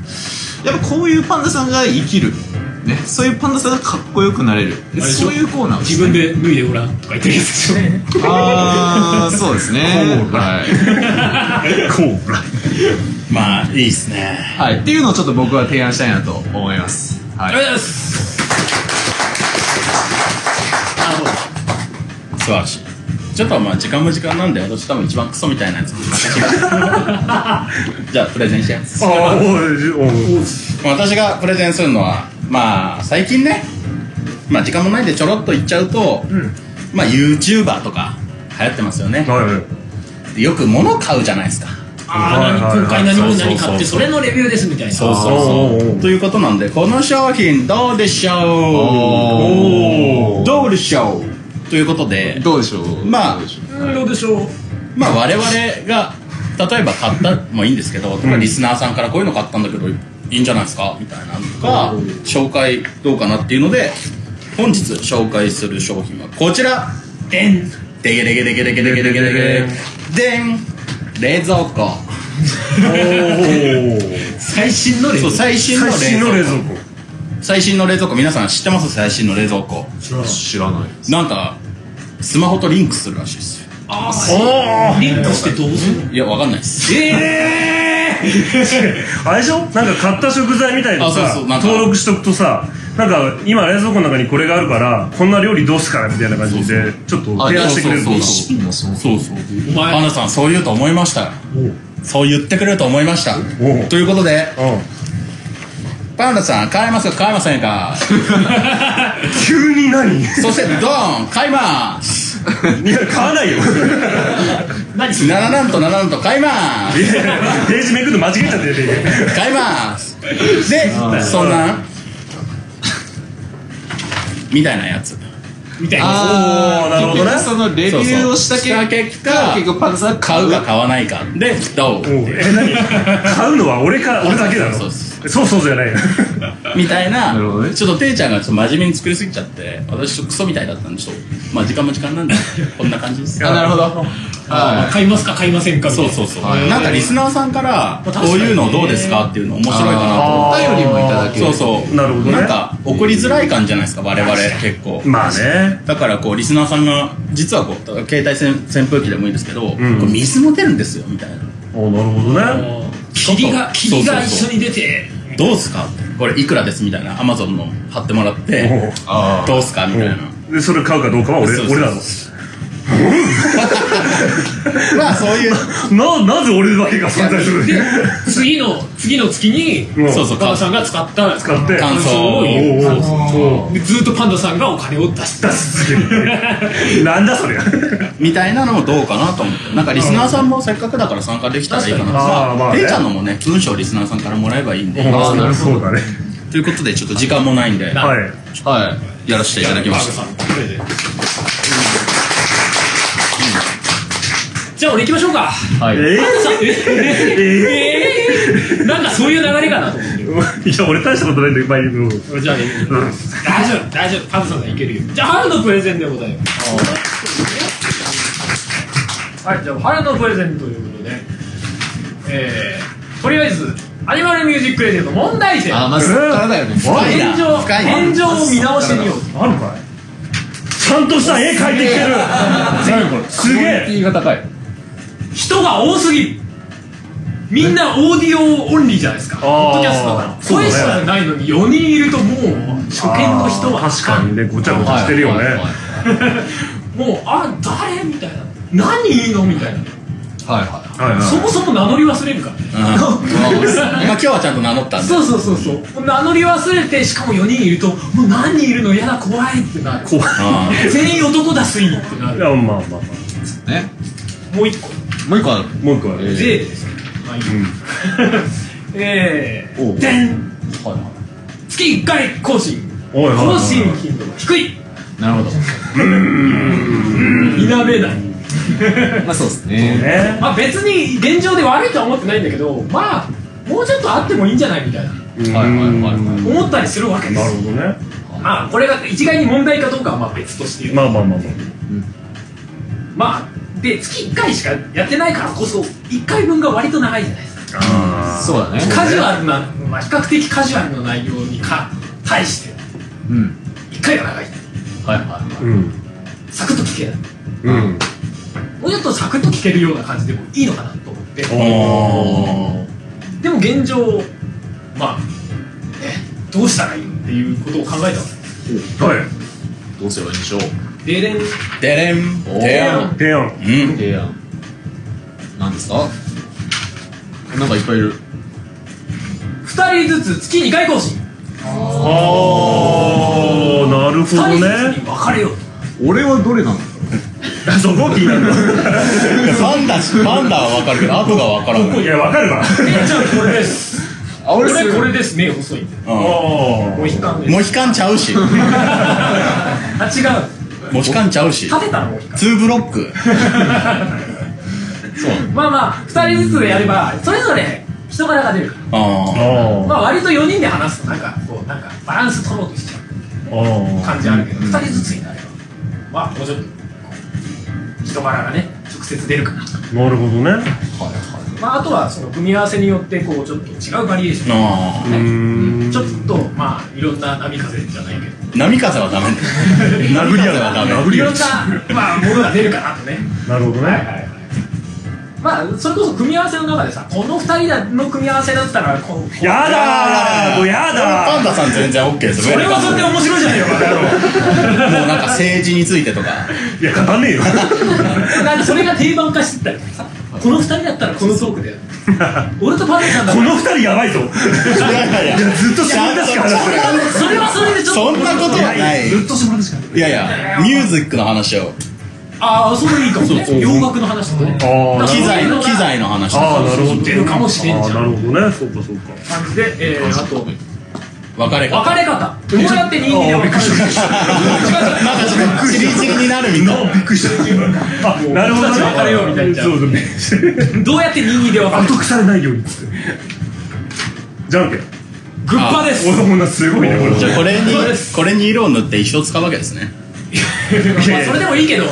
Speaker 5: すけどやっぱこういうパンダさんが生きるね、そういうパンダさんがかっこよくなれる
Speaker 2: あれ
Speaker 5: で
Speaker 2: でしょ
Speaker 5: そういうコーナーを
Speaker 2: 自分で脱いでごらんとか言ってるやつでしょ
Speaker 5: ああそうですねはい、
Speaker 3: まあいいっすね
Speaker 5: はい、っていうのをちょっと僕は提案したいなと思いますはい
Speaker 2: ありがとうございますなるほど
Speaker 3: 素晴らしいちょっとまあ時間も時間なんで私多分一番クソみたいなやつ じゃあプレゼンして
Speaker 7: ああ、おいじおい
Speaker 3: 私がプレゼンするのはまあ最近ねまあ時間もないんでちょろっと言っちゃうと、まあ YouTuber とか流行ってますよね
Speaker 7: はいはい。
Speaker 3: でよく物買うじゃないですか
Speaker 2: ああ
Speaker 7: はいはい
Speaker 2: 何今回何を何買って
Speaker 3: そ
Speaker 2: それのレビューですみたいな
Speaker 3: そうそ
Speaker 7: お
Speaker 3: う
Speaker 7: うおう
Speaker 3: そ
Speaker 7: お
Speaker 3: う
Speaker 7: う
Speaker 3: ということなんでこの商品どうでしょう
Speaker 5: おー
Speaker 3: どうでしょうということで
Speaker 5: どうでしょう
Speaker 3: まあ
Speaker 5: どうでしょう
Speaker 2: うんどうでしょう
Speaker 3: まあ我々が例えば買ったもいいんですけど、とかリスナーさんからこういうの買ったんだけどいいんじゃないですかみたいなのとか紹介どうかなっていうので本日紹介する商品はこちらでんでげでげでげでげでげでげでげでん冷蔵庫
Speaker 2: 最新のレ
Speaker 3: そう
Speaker 2: ー
Speaker 3: 最新の冷
Speaker 4: 最新の冷
Speaker 3: 蔵庫
Speaker 4: 蔵庫
Speaker 3: 最新の冷蔵庫皆さん知ってます最新の冷蔵庫
Speaker 5: 知らないです
Speaker 3: なんかスマホとリンクするらしいですよ
Speaker 2: ああリンクしてどうする
Speaker 3: いやわかんないです
Speaker 2: ええ
Speaker 4: あれでしょなんか買った食材みたいの
Speaker 3: あ
Speaker 4: さ
Speaker 3: そうそうなんか
Speaker 4: 登録しとくとさなんか今冷蔵庫の中にこれがあるからこんな料理どうすからみたいな感じでちょっと
Speaker 3: あ
Speaker 4: 提案してくれる
Speaker 3: そうそう
Speaker 4: と
Speaker 3: そう
Speaker 5: もそ
Speaker 3: そ
Speaker 5: う
Speaker 3: うそう
Speaker 2: お前
Speaker 3: 花さんそう言うと思いましたそう言ってくれると思いました
Speaker 4: おう
Speaker 3: ということで
Speaker 4: うん
Speaker 3: パンダさん買えますか買えませんか
Speaker 4: 急に何い
Speaker 3: そしてドーン買います
Speaker 4: や買わないよい
Speaker 2: 何する
Speaker 3: ならなんとならなんと買います
Speaker 4: やいやページめくるの間違えちゃってる
Speaker 3: 買いますでそんなみたいなやつ
Speaker 2: みたいな
Speaker 5: あ
Speaker 4: おーなるほどね
Speaker 5: 結局そのレビューをし
Speaker 3: そうそ
Speaker 5: た
Speaker 3: うした
Speaker 5: 結
Speaker 3: 結果
Speaker 5: 果結局パンさん
Speaker 3: 買
Speaker 5: 買
Speaker 3: う
Speaker 5: う
Speaker 3: か
Speaker 5: が
Speaker 3: 買わないかでどう
Speaker 4: おうえ何買うのは俺か俺だけだろ
Speaker 3: そう
Speaker 4: そうそうじゃないよ
Speaker 3: みたいな
Speaker 5: なるほどね
Speaker 3: ちょっとていちゃんがちょっと真面目に作りすぎちゃって私ちょっとクソみたいだったんでちょっとまあ時間も時間なんでこんな感じです
Speaker 5: あなるほどは
Speaker 2: 買いますか買いませんかみたい
Speaker 3: そう
Speaker 2: な
Speaker 3: そうそう、
Speaker 5: はい
Speaker 3: なんかリスナーさんからこういうのどうですかっていうの面
Speaker 5: い
Speaker 3: 白いかなと思っ
Speaker 5: お便りもいただ
Speaker 3: て
Speaker 5: け
Speaker 3: そ
Speaker 5: る
Speaker 3: うそう
Speaker 4: なるほどね
Speaker 3: なんか送りづらい感じじゃないですか我々結構
Speaker 4: まあね
Speaker 3: だからこうリスナーさんが実はこう携帯せん扇風機でもいいんですけど、
Speaker 4: ん
Speaker 3: これ水も出るんですよみたいな
Speaker 4: おなるほどね
Speaker 2: 霧が霧が一
Speaker 3: そうそうそう
Speaker 2: 緒に出て
Speaker 3: どうすかってこれいくらですみたいなアマゾンの貼ってもらって
Speaker 4: お
Speaker 5: あ
Speaker 3: どうすかみたいな
Speaker 4: うでそれ買うかどうかは俺
Speaker 3: そうそうそう
Speaker 4: 俺だろ
Speaker 3: まあそういう
Speaker 4: ななぜ俺だけが存在する
Speaker 2: で次の次の月に
Speaker 4: うん
Speaker 3: そうそう
Speaker 2: パンダさんが使った
Speaker 4: 使って
Speaker 3: 感想
Speaker 2: を
Speaker 4: お
Speaker 2: 言う
Speaker 4: うおう
Speaker 2: でずっとパンダさんがお金を出し
Speaker 4: 出
Speaker 2: た
Speaker 4: し続けるなんだそれ
Speaker 3: みたいなのもどうかなと思ってなんかリスナーさんもせっかくだから参加できたらいいかな
Speaker 4: 確かにあーま
Speaker 3: ま
Speaker 4: あ
Speaker 3: あ
Speaker 4: ね
Speaker 3: ペイちゃんのもね文章をリスナーさんからもらえばいいんで
Speaker 4: ああなるほどそうだね
Speaker 3: ということでちょっと時間もないんでは
Speaker 4: はい
Speaker 3: いやらせていただきま
Speaker 2: パンダ
Speaker 3: した
Speaker 2: さんこれでうんじゃあ俺行きましょうか
Speaker 4: え
Speaker 2: さえ
Speaker 4: ええ
Speaker 2: えーなんかそういう流れかなと思って
Speaker 4: いや俺大したことないんだけどまあいいうん
Speaker 2: じゃあね大丈夫大丈夫パンダさんがいけるよじゃあ春のプレゼンでございますはいじゃあ春のプレゼンということでえー、とりあえずアニマルミュージックレディオの問題点
Speaker 5: ああまあそっからだよね
Speaker 4: あ
Speaker 3: 深いな
Speaker 2: 炎上
Speaker 3: 深いな
Speaker 2: 炎上を見直してみよう
Speaker 4: あるかいちゃんとした絵描いてきてる何これすげえ
Speaker 5: が高い
Speaker 2: 人が多すぎるみんなオーディオオンリーじゃないですかポッドキャストだから
Speaker 4: そうだね
Speaker 2: 声しかないのに4人いるともう初見の人は
Speaker 4: あー確かにねごちゃごちゃしてるよね
Speaker 2: もうあ誰みたいな何いいのみたいな、
Speaker 5: はいは
Speaker 4: はいはい
Speaker 2: そもそも名乗り忘れるからね、
Speaker 3: うんまあ今日はちゃんと名乗ったんで
Speaker 2: そうそうそうそう名乗り忘れてしかも4人いるともう何人いるの嫌だ怖いってなる
Speaker 4: 怖い
Speaker 3: あ
Speaker 2: 全員男だすいってない る
Speaker 4: やまあまあまあ
Speaker 5: いね
Speaker 2: もう一個
Speaker 5: もう一個ある
Speaker 4: もう一個ある
Speaker 2: で、まあいいや え
Speaker 5: お
Speaker 2: ー、
Speaker 5: う
Speaker 2: でん月1回更新
Speaker 4: おいはいはい
Speaker 2: 更新頻度が低い
Speaker 5: なるほど
Speaker 2: 否めない
Speaker 5: まあそうですね
Speaker 4: ね
Speaker 2: まあ別に現状で悪いとは思ってないんだけどまあもうちょっとあってもいいんじゃないみたいな
Speaker 4: はい
Speaker 5: はいはいはい
Speaker 4: な
Speaker 2: 思ったりするわけです
Speaker 4: るほどね
Speaker 2: まあこれが一概に問題かどうかはまあ別として
Speaker 4: まあまあまあま
Speaker 2: まあで月1回しかやってないからこそ1回分が割と長いじゃないですか
Speaker 4: あ
Speaker 5: そうだね
Speaker 2: カジュアルな、まあ、比較的カジュアルな内容にか対して
Speaker 5: うん
Speaker 2: 1回が長い
Speaker 5: はいはい
Speaker 4: あうん
Speaker 2: サクッと聞ける
Speaker 4: うん
Speaker 2: もうちょっとサクッと聞けるような感じでもいいのかなと思って
Speaker 4: おお
Speaker 2: でも現状まあねどうしたらいいのっていうことを考えたわ
Speaker 4: はい
Speaker 5: どうすればいいんでしょう
Speaker 2: けででん
Speaker 3: ーでれん
Speaker 5: おー
Speaker 3: でれん
Speaker 4: 提案
Speaker 3: うん
Speaker 5: 提案なんですかなんかいっぱいいる
Speaker 2: 2人ずつ月2回更新
Speaker 4: ああな
Speaker 2: 2
Speaker 4: るほど
Speaker 2: 人
Speaker 4: ね
Speaker 2: ずつに分かれよう
Speaker 5: 俺はどれなの
Speaker 4: そこ気になる
Speaker 3: パンダパンダは分かるけど後が分からない
Speaker 4: いやわかるわ
Speaker 2: えじゃあこれです
Speaker 5: あ
Speaker 2: こ
Speaker 5: 俺
Speaker 2: れこれです目細いんで
Speaker 3: う
Speaker 2: もう一巻で
Speaker 3: ん
Speaker 2: す
Speaker 3: モヒカンちゃうし
Speaker 2: あ違う
Speaker 3: モヒカンちゃうし
Speaker 2: 立てたのもう一巻
Speaker 3: 2ブロック
Speaker 2: まあまあ2人ずつでやればそれぞれ人柄が出るから
Speaker 3: あ
Speaker 2: まあ割と4人で話すとなんかこうなんかバランス取ろうとしちゃう感じあるけど2人ずつになればまあもうちょっとこう人柄がね直接出るかな
Speaker 4: なるほどね
Speaker 5: はいはい
Speaker 2: まあ、あとはその組み合わせによってこうちょっと違うバリエーション、
Speaker 3: あ
Speaker 2: ね
Speaker 4: ん
Speaker 2: ちょっとまあいろんな波風じゃないけど
Speaker 3: あ波風はダメだ
Speaker 4: 殴り合う
Speaker 3: 風はダメ
Speaker 4: 殴
Speaker 2: い
Speaker 4: り合
Speaker 2: ろ
Speaker 4: うん
Speaker 2: な、まあ、ものが出るかなとね
Speaker 4: なるほど
Speaker 2: はいはい
Speaker 4: ね
Speaker 2: はいまあそれこそ組み合わせの中でさこの2人の組み合わせだったらこう
Speaker 4: やだーもうや
Speaker 3: パン
Speaker 4: だ
Speaker 3: ダさん全然 OK です
Speaker 2: それはそれで面白いじゃねえかバカ野郎
Speaker 3: もうなんか政治についてとか
Speaker 4: ーいや語んねえよ
Speaker 2: なんかそれが定番化してったりとかさこの2人だったらこのトークでやる俺とパンダさんだった
Speaker 4: この
Speaker 2: ら
Speaker 4: 二人やばいぞ
Speaker 3: いやいやいや
Speaker 4: ずっと下ネタしか話してない
Speaker 2: それはそれでちょっと
Speaker 3: そんなことはない
Speaker 4: ずっと下ネタしか
Speaker 3: いやいやミュージックの話を
Speaker 2: ああそれいいかもね
Speaker 3: そうそう
Speaker 2: 洋楽の話とかね
Speaker 4: あー
Speaker 2: だ
Speaker 3: 機
Speaker 2: からそうい
Speaker 3: 材
Speaker 2: う
Speaker 3: の
Speaker 2: が
Speaker 3: 機材の話と
Speaker 4: ああ
Speaker 3: か
Speaker 4: なるほど
Speaker 2: 出るかもしれんじゃん
Speaker 4: あーなるほどねそうかそうか
Speaker 2: 感じで、えー、あと
Speaker 3: 別れが
Speaker 2: 別れ方どうやって人間で別れる
Speaker 3: なんかちょっとチリチリになるみたいな
Speaker 4: びっくりしたあなるほどね
Speaker 2: 僕たち別れようみたいな
Speaker 4: そうそう
Speaker 2: どうやって人間で別れ
Speaker 4: あ
Speaker 2: る
Speaker 4: と腐れないようにっつってじゃんけん
Speaker 2: グッパです
Speaker 4: お女すごいねこれ
Speaker 3: じゃあこれに
Speaker 2: そうです
Speaker 3: これに色を塗って一生使うわけですね
Speaker 2: まあそれでもいいけど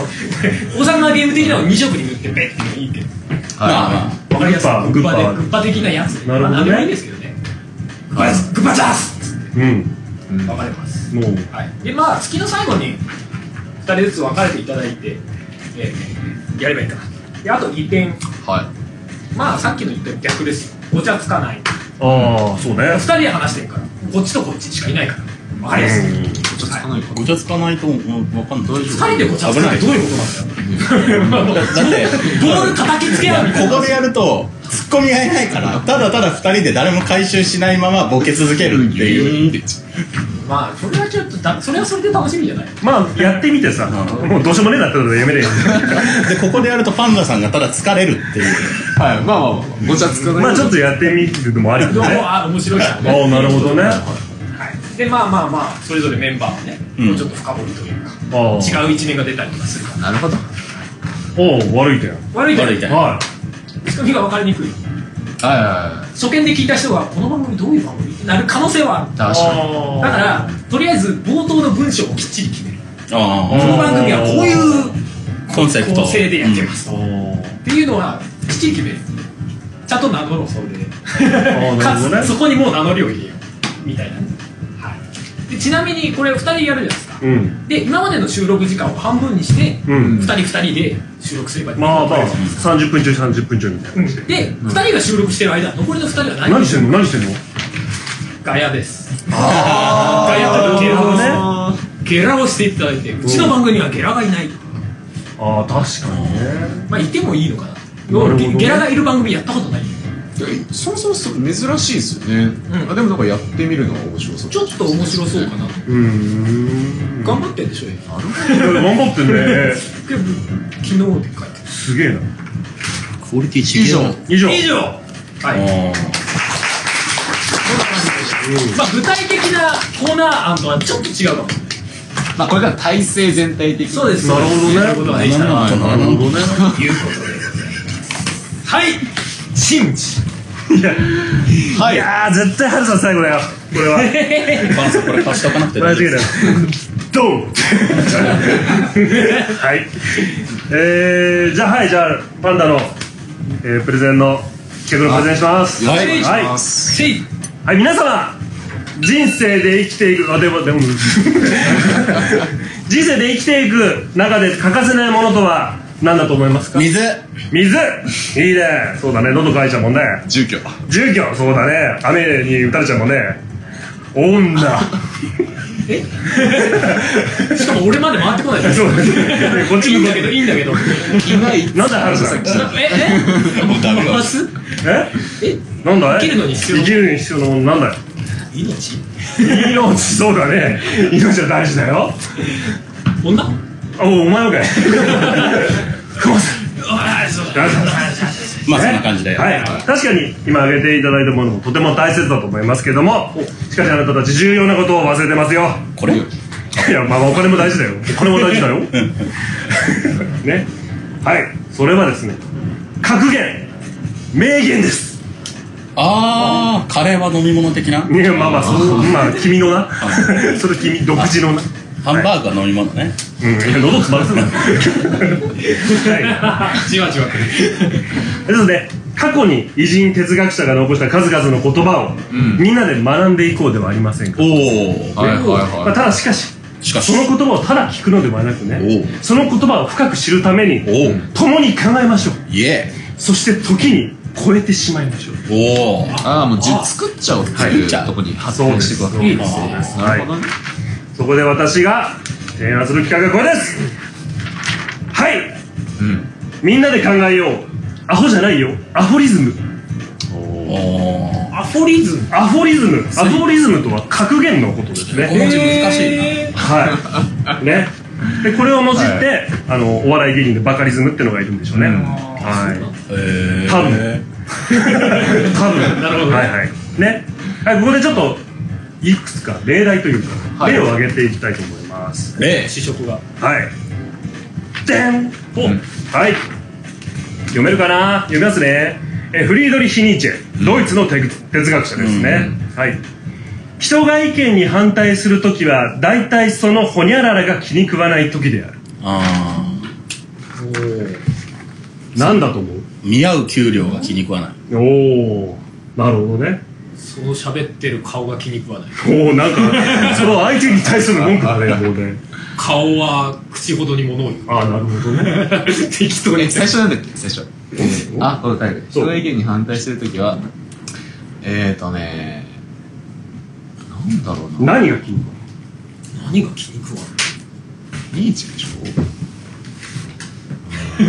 Speaker 2: 王様のゲーム的なのを2色に塗ってベッてもいいけど
Speaker 3: まあまあ
Speaker 2: わかりやすい
Speaker 4: グ
Speaker 2: グ
Speaker 4: ッ
Speaker 2: ッ
Speaker 4: パ
Speaker 2: パ
Speaker 4: ー
Speaker 2: でグッパ的なやつで
Speaker 4: なるほど
Speaker 2: まあ何
Speaker 4: ね
Speaker 2: でもいいんですけどねグッパですグッパチャース
Speaker 4: うん
Speaker 2: 別れます
Speaker 4: もう
Speaker 2: はい、でまあ月の最後に2人ずつ別れていただいて、えーやればいいかなであと2点
Speaker 3: はい
Speaker 2: まあさっきの言った逆ですよごちゃつかない2
Speaker 4: ああそうね
Speaker 2: 人で話してるからこっちとこっちしかいないから分かりやすい
Speaker 3: ごちゃつかないとうんわかんない大
Speaker 2: 2人でごちゃつかないってどういうことなんだよ
Speaker 3: だ って
Speaker 2: ボール叩きつけ合うみたい
Speaker 3: こ
Speaker 2: な
Speaker 3: こでやるとツッコミがいないからただただ2人で誰も回収しないままボケ続けるっていう
Speaker 2: まあそれはちょっとだそれはそれで楽しみじゃない
Speaker 4: まあやってみてさもうどうしようもねえなってことでやめれ よ
Speaker 3: でここでやるとパンダさんがただ疲れるっていう
Speaker 5: はい、まあまあまあ、ごちゃつかない。
Speaker 4: まあちょっとやってみるのもありだ
Speaker 2: どうも
Speaker 4: ねあ
Speaker 2: あ面白いじゃん
Speaker 4: あーなるほどねあ
Speaker 2: はい、でまあまあまあそれぞれメンバーをね、
Speaker 3: うん
Speaker 2: もうちょっと深掘りというか
Speaker 4: あ
Speaker 2: 違う一面が出たりとかするから
Speaker 5: なるほど。
Speaker 4: おう悪い点
Speaker 2: 悪いけど
Speaker 3: 悪い点
Speaker 4: は
Speaker 2: 仕組みが分かりにくい
Speaker 5: はいはいはい。
Speaker 2: 初見で聞いた人がこの番組どういう番組ってなる可能性はある
Speaker 5: 確かに。
Speaker 2: だからとりあえず冒頭の文章をきっちり決めるこ
Speaker 3: あ
Speaker 2: の番組はこういう
Speaker 3: あコンセプト
Speaker 2: 構成でやってますと、
Speaker 4: い
Speaker 2: っていうのはきっちり決めるちゃんと名乗ろうそれで
Speaker 4: ーな
Speaker 2: か
Speaker 4: るほ
Speaker 2: つ、
Speaker 4: どね
Speaker 2: そこにもう名乗りを入れようみたいな、はい、でちなみにこれ2人やるじゃないですか
Speaker 4: うん
Speaker 2: で今までの収録時間を半分にして、
Speaker 4: う
Speaker 2: 二
Speaker 4: ん
Speaker 2: 2人2人で収録すればいい
Speaker 4: まあまあ30分中30分中みたいな
Speaker 2: で、二2人が収録してる間残りの2人は何
Speaker 4: 何してんの何してんの
Speaker 2: ガヤですガヤとゲラを
Speaker 4: あ
Speaker 2: ゲラをしていただいてうちの番組にはゲラがいない
Speaker 4: あー確かにね
Speaker 2: まあいてもいいのかな
Speaker 4: ほどね
Speaker 2: ゲゲラがいる番組やったことない
Speaker 5: そもそもそれ珍しいですよね、
Speaker 2: うん
Speaker 5: あでもなんかやってみるのは面白そう
Speaker 2: ちょっと面白そうかなと
Speaker 4: うーん
Speaker 2: 頑張ってんでしょ今
Speaker 4: 頑張ってね
Speaker 2: でも昨日で書いて
Speaker 4: すげえな
Speaker 3: クオリティ違以上
Speaker 4: 以上
Speaker 2: る以上はいまあ具体的なコーナー案とはちょっと違うかも
Speaker 5: まあこれから体制全体的
Speaker 2: そうです
Speaker 4: なるほどね
Speaker 2: そういうことができたら
Speaker 3: なるほどね
Speaker 2: はい真知
Speaker 4: いやいやー絶対ハルさん最後だよこれは
Speaker 3: パンダさんこれ貸しておかなくて
Speaker 4: 間
Speaker 3: 大丈夫
Speaker 4: 違い
Speaker 3: で
Speaker 4: ない
Speaker 3: す
Speaker 4: ドン はいえー、じゃあはいじゃあパンダの、えー、プレゼンの企画のプレゼンします
Speaker 3: はい
Speaker 4: はい、
Speaker 3: は
Speaker 4: はい
Speaker 2: せい
Speaker 4: 皆様人生で生きていくあでもでも 人生で生きていく中で欠かせないものとは何だと思いますか
Speaker 3: 水
Speaker 4: 水いいねそうだね喉乾いちゃうもんね
Speaker 5: 住居
Speaker 4: 住居そうだね雨に打たれちゃうもんね女
Speaker 2: しかも俺まで回ってこないで
Speaker 4: そうだねこっち
Speaker 2: いいん
Speaker 4: 向
Speaker 2: だ
Speaker 4: こ
Speaker 2: けどいいんだけど
Speaker 5: いない
Speaker 4: えなんだハルさ ん
Speaker 2: ええ
Speaker 3: もうダメだ
Speaker 2: 回すえ
Speaker 4: えなんだい
Speaker 2: 生きるのに必要な
Speaker 4: 生きるのに必要なものなんだよ
Speaker 2: 命
Speaker 4: 命そうだね命は大事だよ
Speaker 2: 女
Speaker 4: おお 前もかいクマさん
Speaker 2: ああそうだ
Speaker 4: あ
Speaker 3: まあそんな感じで
Speaker 4: はい、確かに今挙げていただいたものもとても大切だと思いますけどもしかしあなたたち重要なことを忘れてますよ
Speaker 3: これ
Speaker 4: いやまあまあお金も大事だよお金も大事 だよねはいそれはですね格言名言です
Speaker 3: ああカレーは飲み物的ない
Speaker 4: やまあまあそうまあ君のなそれ君独自のな
Speaker 3: ハンバーグは飲み物ね
Speaker 4: うん、いや喉詰まらせるなはい
Speaker 2: じわじわくる。
Speaker 4: ですので過去に偉人哲学者が残した数々の言葉を、みんなで学んでいこうではありませんか、
Speaker 3: おお
Speaker 1: はいはい
Speaker 4: まあ、
Speaker 1: は
Speaker 4: ただしかし
Speaker 3: しかし
Speaker 4: その言葉をただ聞くのではなくね
Speaker 3: お
Speaker 4: その言葉を深く知るために
Speaker 3: おう
Speaker 4: 共に考えましょう
Speaker 3: イエ
Speaker 4: そして時に超えてしまいましょう
Speaker 3: ーおお
Speaker 1: ああもうじ作っちゃおうっていうとこに発展していくわけ
Speaker 2: いいで
Speaker 1: ね
Speaker 2: すね。
Speaker 1: なるほどね
Speaker 4: そこで私が提案する企画はこれですはい、みんなで考えようアホじゃないよアフォリズム
Speaker 3: お
Speaker 2: アフォリズム。
Speaker 4: アフォリズムアフォリズムとは格言のことですね
Speaker 3: 小文字難しいな
Speaker 4: はい。ね。で、これをもじって、あの、お笑い芸人でバカリズムってのがいるんでしょうね。はい。
Speaker 3: え
Speaker 4: 多分。 多分。
Speaker 2: なるほど
Speaker 4: はいはい。ね。はい、ここでちょっと、いくつか例題というか、
Speaker 1: はい
Speaker 4: 例を挙げていきたいと思います。
Speaker 3: え
Speaker 2: 試食が。
Speaker 4: はい。でんほはい。読めるかな読みますね。えフリードリヒ・ニーチェ、ドイツの哲哲学者ですね。はい。人が意見に反対するときは、大体そのほにゃららが気に食わないときである。
Speaker 3: あ
Speaker 4: なんだと思う
Speaker 3: ー見合う給料が気に食わない
Speaker 4: おおなるほどね。
Speaker 2: その喋ってる顔が気に食わない。
Speaker 4: おおなんか、その相手に対する文句だね、もうね。
Speaker 2: 顔は口ほどに物を言う。
Speaker 4: ああ、なるほど ね。
Speaker 2: 適当
Speaker 5: え
Speaker 2: に。
Speaker 5: 最初なんだっけ最初あこれ帰る人の意見に反対してるときはえーとねなんだろうな
Speaker 4: 何が気に食わ
Speaker 2: 何が気に食わ
Speaker 5: ニーチェでしょ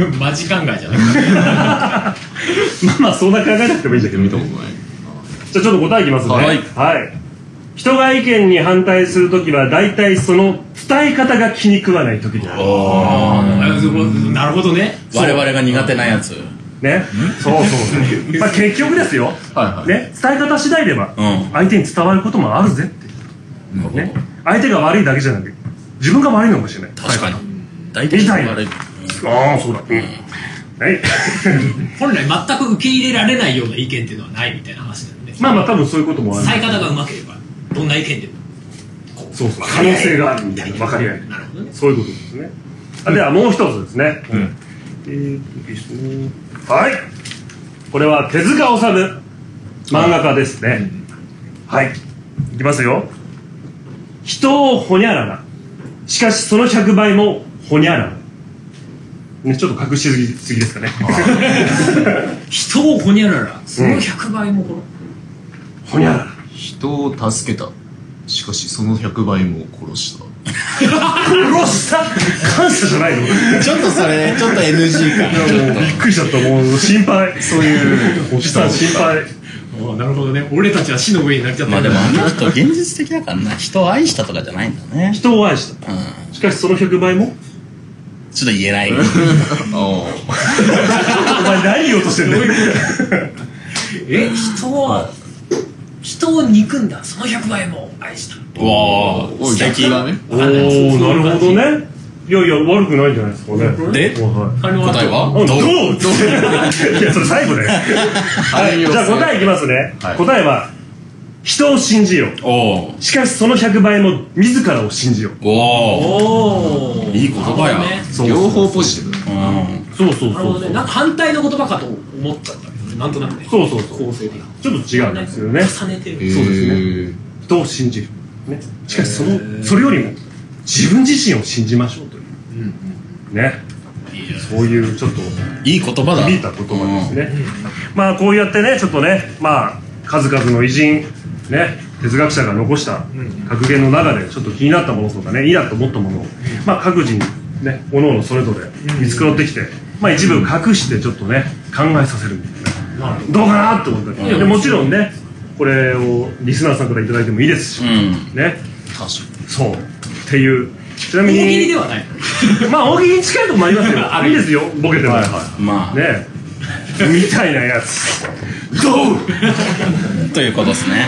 Speaker 2: ないマジ考えじゃなくて。
Speaker 4: ないまあまあ、そんな考えなくてもいいんだけど。
Speaker 5: 見たことない
Speaker 4: じゃあちょっと答えいきますね。
Speaker 3: はい
Speaker 4: はい。人が意見に反対するときは、大体その伝え方が気に食わないときである。
Speaker 2: あーなるほどね。
Speaker 3: 我々が苦手なやつ
Speaker 4: ね。そうそう。まあ結局ですよ。
Speaker 5: はいはい
Speaker 4: ね。伝え方次第では
Speaker 3: うん、
Speaker 4: 相手に伝わることもあるぜって。ね。相手が悪いだけじゃなくて、自分が悪いのかもしれない。
Speaker 3: 確かに大体悪い
Speaker 4: ああ、そうだ。うん。はい。
Speaker 2: 本来全く受け入れられないような意見っていうのはないみたいな話なんで。
Speaker 4: まあまあ多分そういうこともある。
Speaker 2: 伝え方がうまければ、どんな意見でも。
Speaker 4: そうそう。可能性があるみたいな。わかり合える。
Speaker 2: なるほどね。
Speaker 4: そういうことですね。あではもう一つですね。えーっとですねはい。これは手塚治虫漫画家ですね。はい。いきますよ。人をほにゃらら。しかしその100倍もほにゃらら。ね、ちょっと隠しすぎすぎですかね。
Speaker 2: 人をほにゃらら、その100倍もこの。
Speaker 4: ほにゃらら。
Speaker 5: 人を助けたしかしその100倍も殺した
Speaker 4: 殺した感謝じゃないの
Speaker 3: ちょっとそれちょっと NG か
Speaker 4: びっくりしちゃった。もう心配。そういう。おじさん心配。
Speaker 2: ああなるほどね俺たちは死の上になっちゃった
Speaker 3: まあ
Speaker 2: ん
Speaker 3: で
Speaker 2: だ
Speaker 3: もあの人現実的だからな人を愛したとかじゃないんだね
Speaker 4: 人を愛した。
Speaker 3: うん
Speaker 4: しかしその100倍も
Speaker 3: ちょっと言えない
Speaker 4: お前何言おうとしてんだよ。
Speaker 2: え人を人を憎んだその100倍も愛した
Speaker 3: うわー
Speaker 5: おい
Speaker 3: 素敵
Speaker 5: 逆だね
Speaker 4: お おなるほどね。いやいや、悪くないんじゃないですかね。
Speaker 3: で
Speaker 4: はい
Speaker 2: あの
Speaker 3: 答えは
Speaker 4: あどう
Speaker 3: どう
Speaker 4: いや、それ最後だよ。はい、じゃあ答えいきますね。答えは、人を信じよう。
Speaker 3: お
Speaker 4: しかしその100倍も自らを信じよう。
Speaker 3: おお
Speaker 2: おお
Speaker 3: いい言葉や
Speaker 2: なるほどね
Speaker 5: 両方ポジティブだ
Speaker 3: うん
Speaker 4: そうそう
Speaker 2: なるほ
Speaker 4: そ
Speaker 2: ど
Speaker 4: う。
Speaker 2: ねなんか反対の言葉かと思ったんだけどねなんとなくね
Speaker 4: そうそうそう。
Speaker 2: 構成的な
Speaker 4: ちょっと違うんですよね。
Speaker 2: 重ねてる
Speaker 5: へー
Speaker 4: そうです人を信じる。ね。しかしその、それよりも、自分自身を信じましょうという。ね。そういうちょっと
Speaker 3: いい言葉だ
Speaker 4: 見た言葉ですね、まあこうやってねちょっとねまあ数々の偉人ね哲学者が残した格言の中でちょっと気になったものとかねいいなと思ったものを、まあ、各人ね各々それぞれ見繕ってきて、まあ、一部隠してちょっとね考えさせるみたいな、どうかなって思ったり、でもちろんねこれをリスナーさんから頂いただいてもいいですし、
Speaker 3: うん
Speaker 4: ね
Speaker 3: 確か
Speaker 4: そうっていうちな
Speaker 2: 大
Speaker 4: みに
Speaker 2: 喜利ではない
Speaker 4: まあ大喜利に近いとこもありますよいいですよボケても、
Speaker 3: にまあ
Speaker 4: ねえみたいなやつ
Speaker 2: どう
Speaker 3: ということですね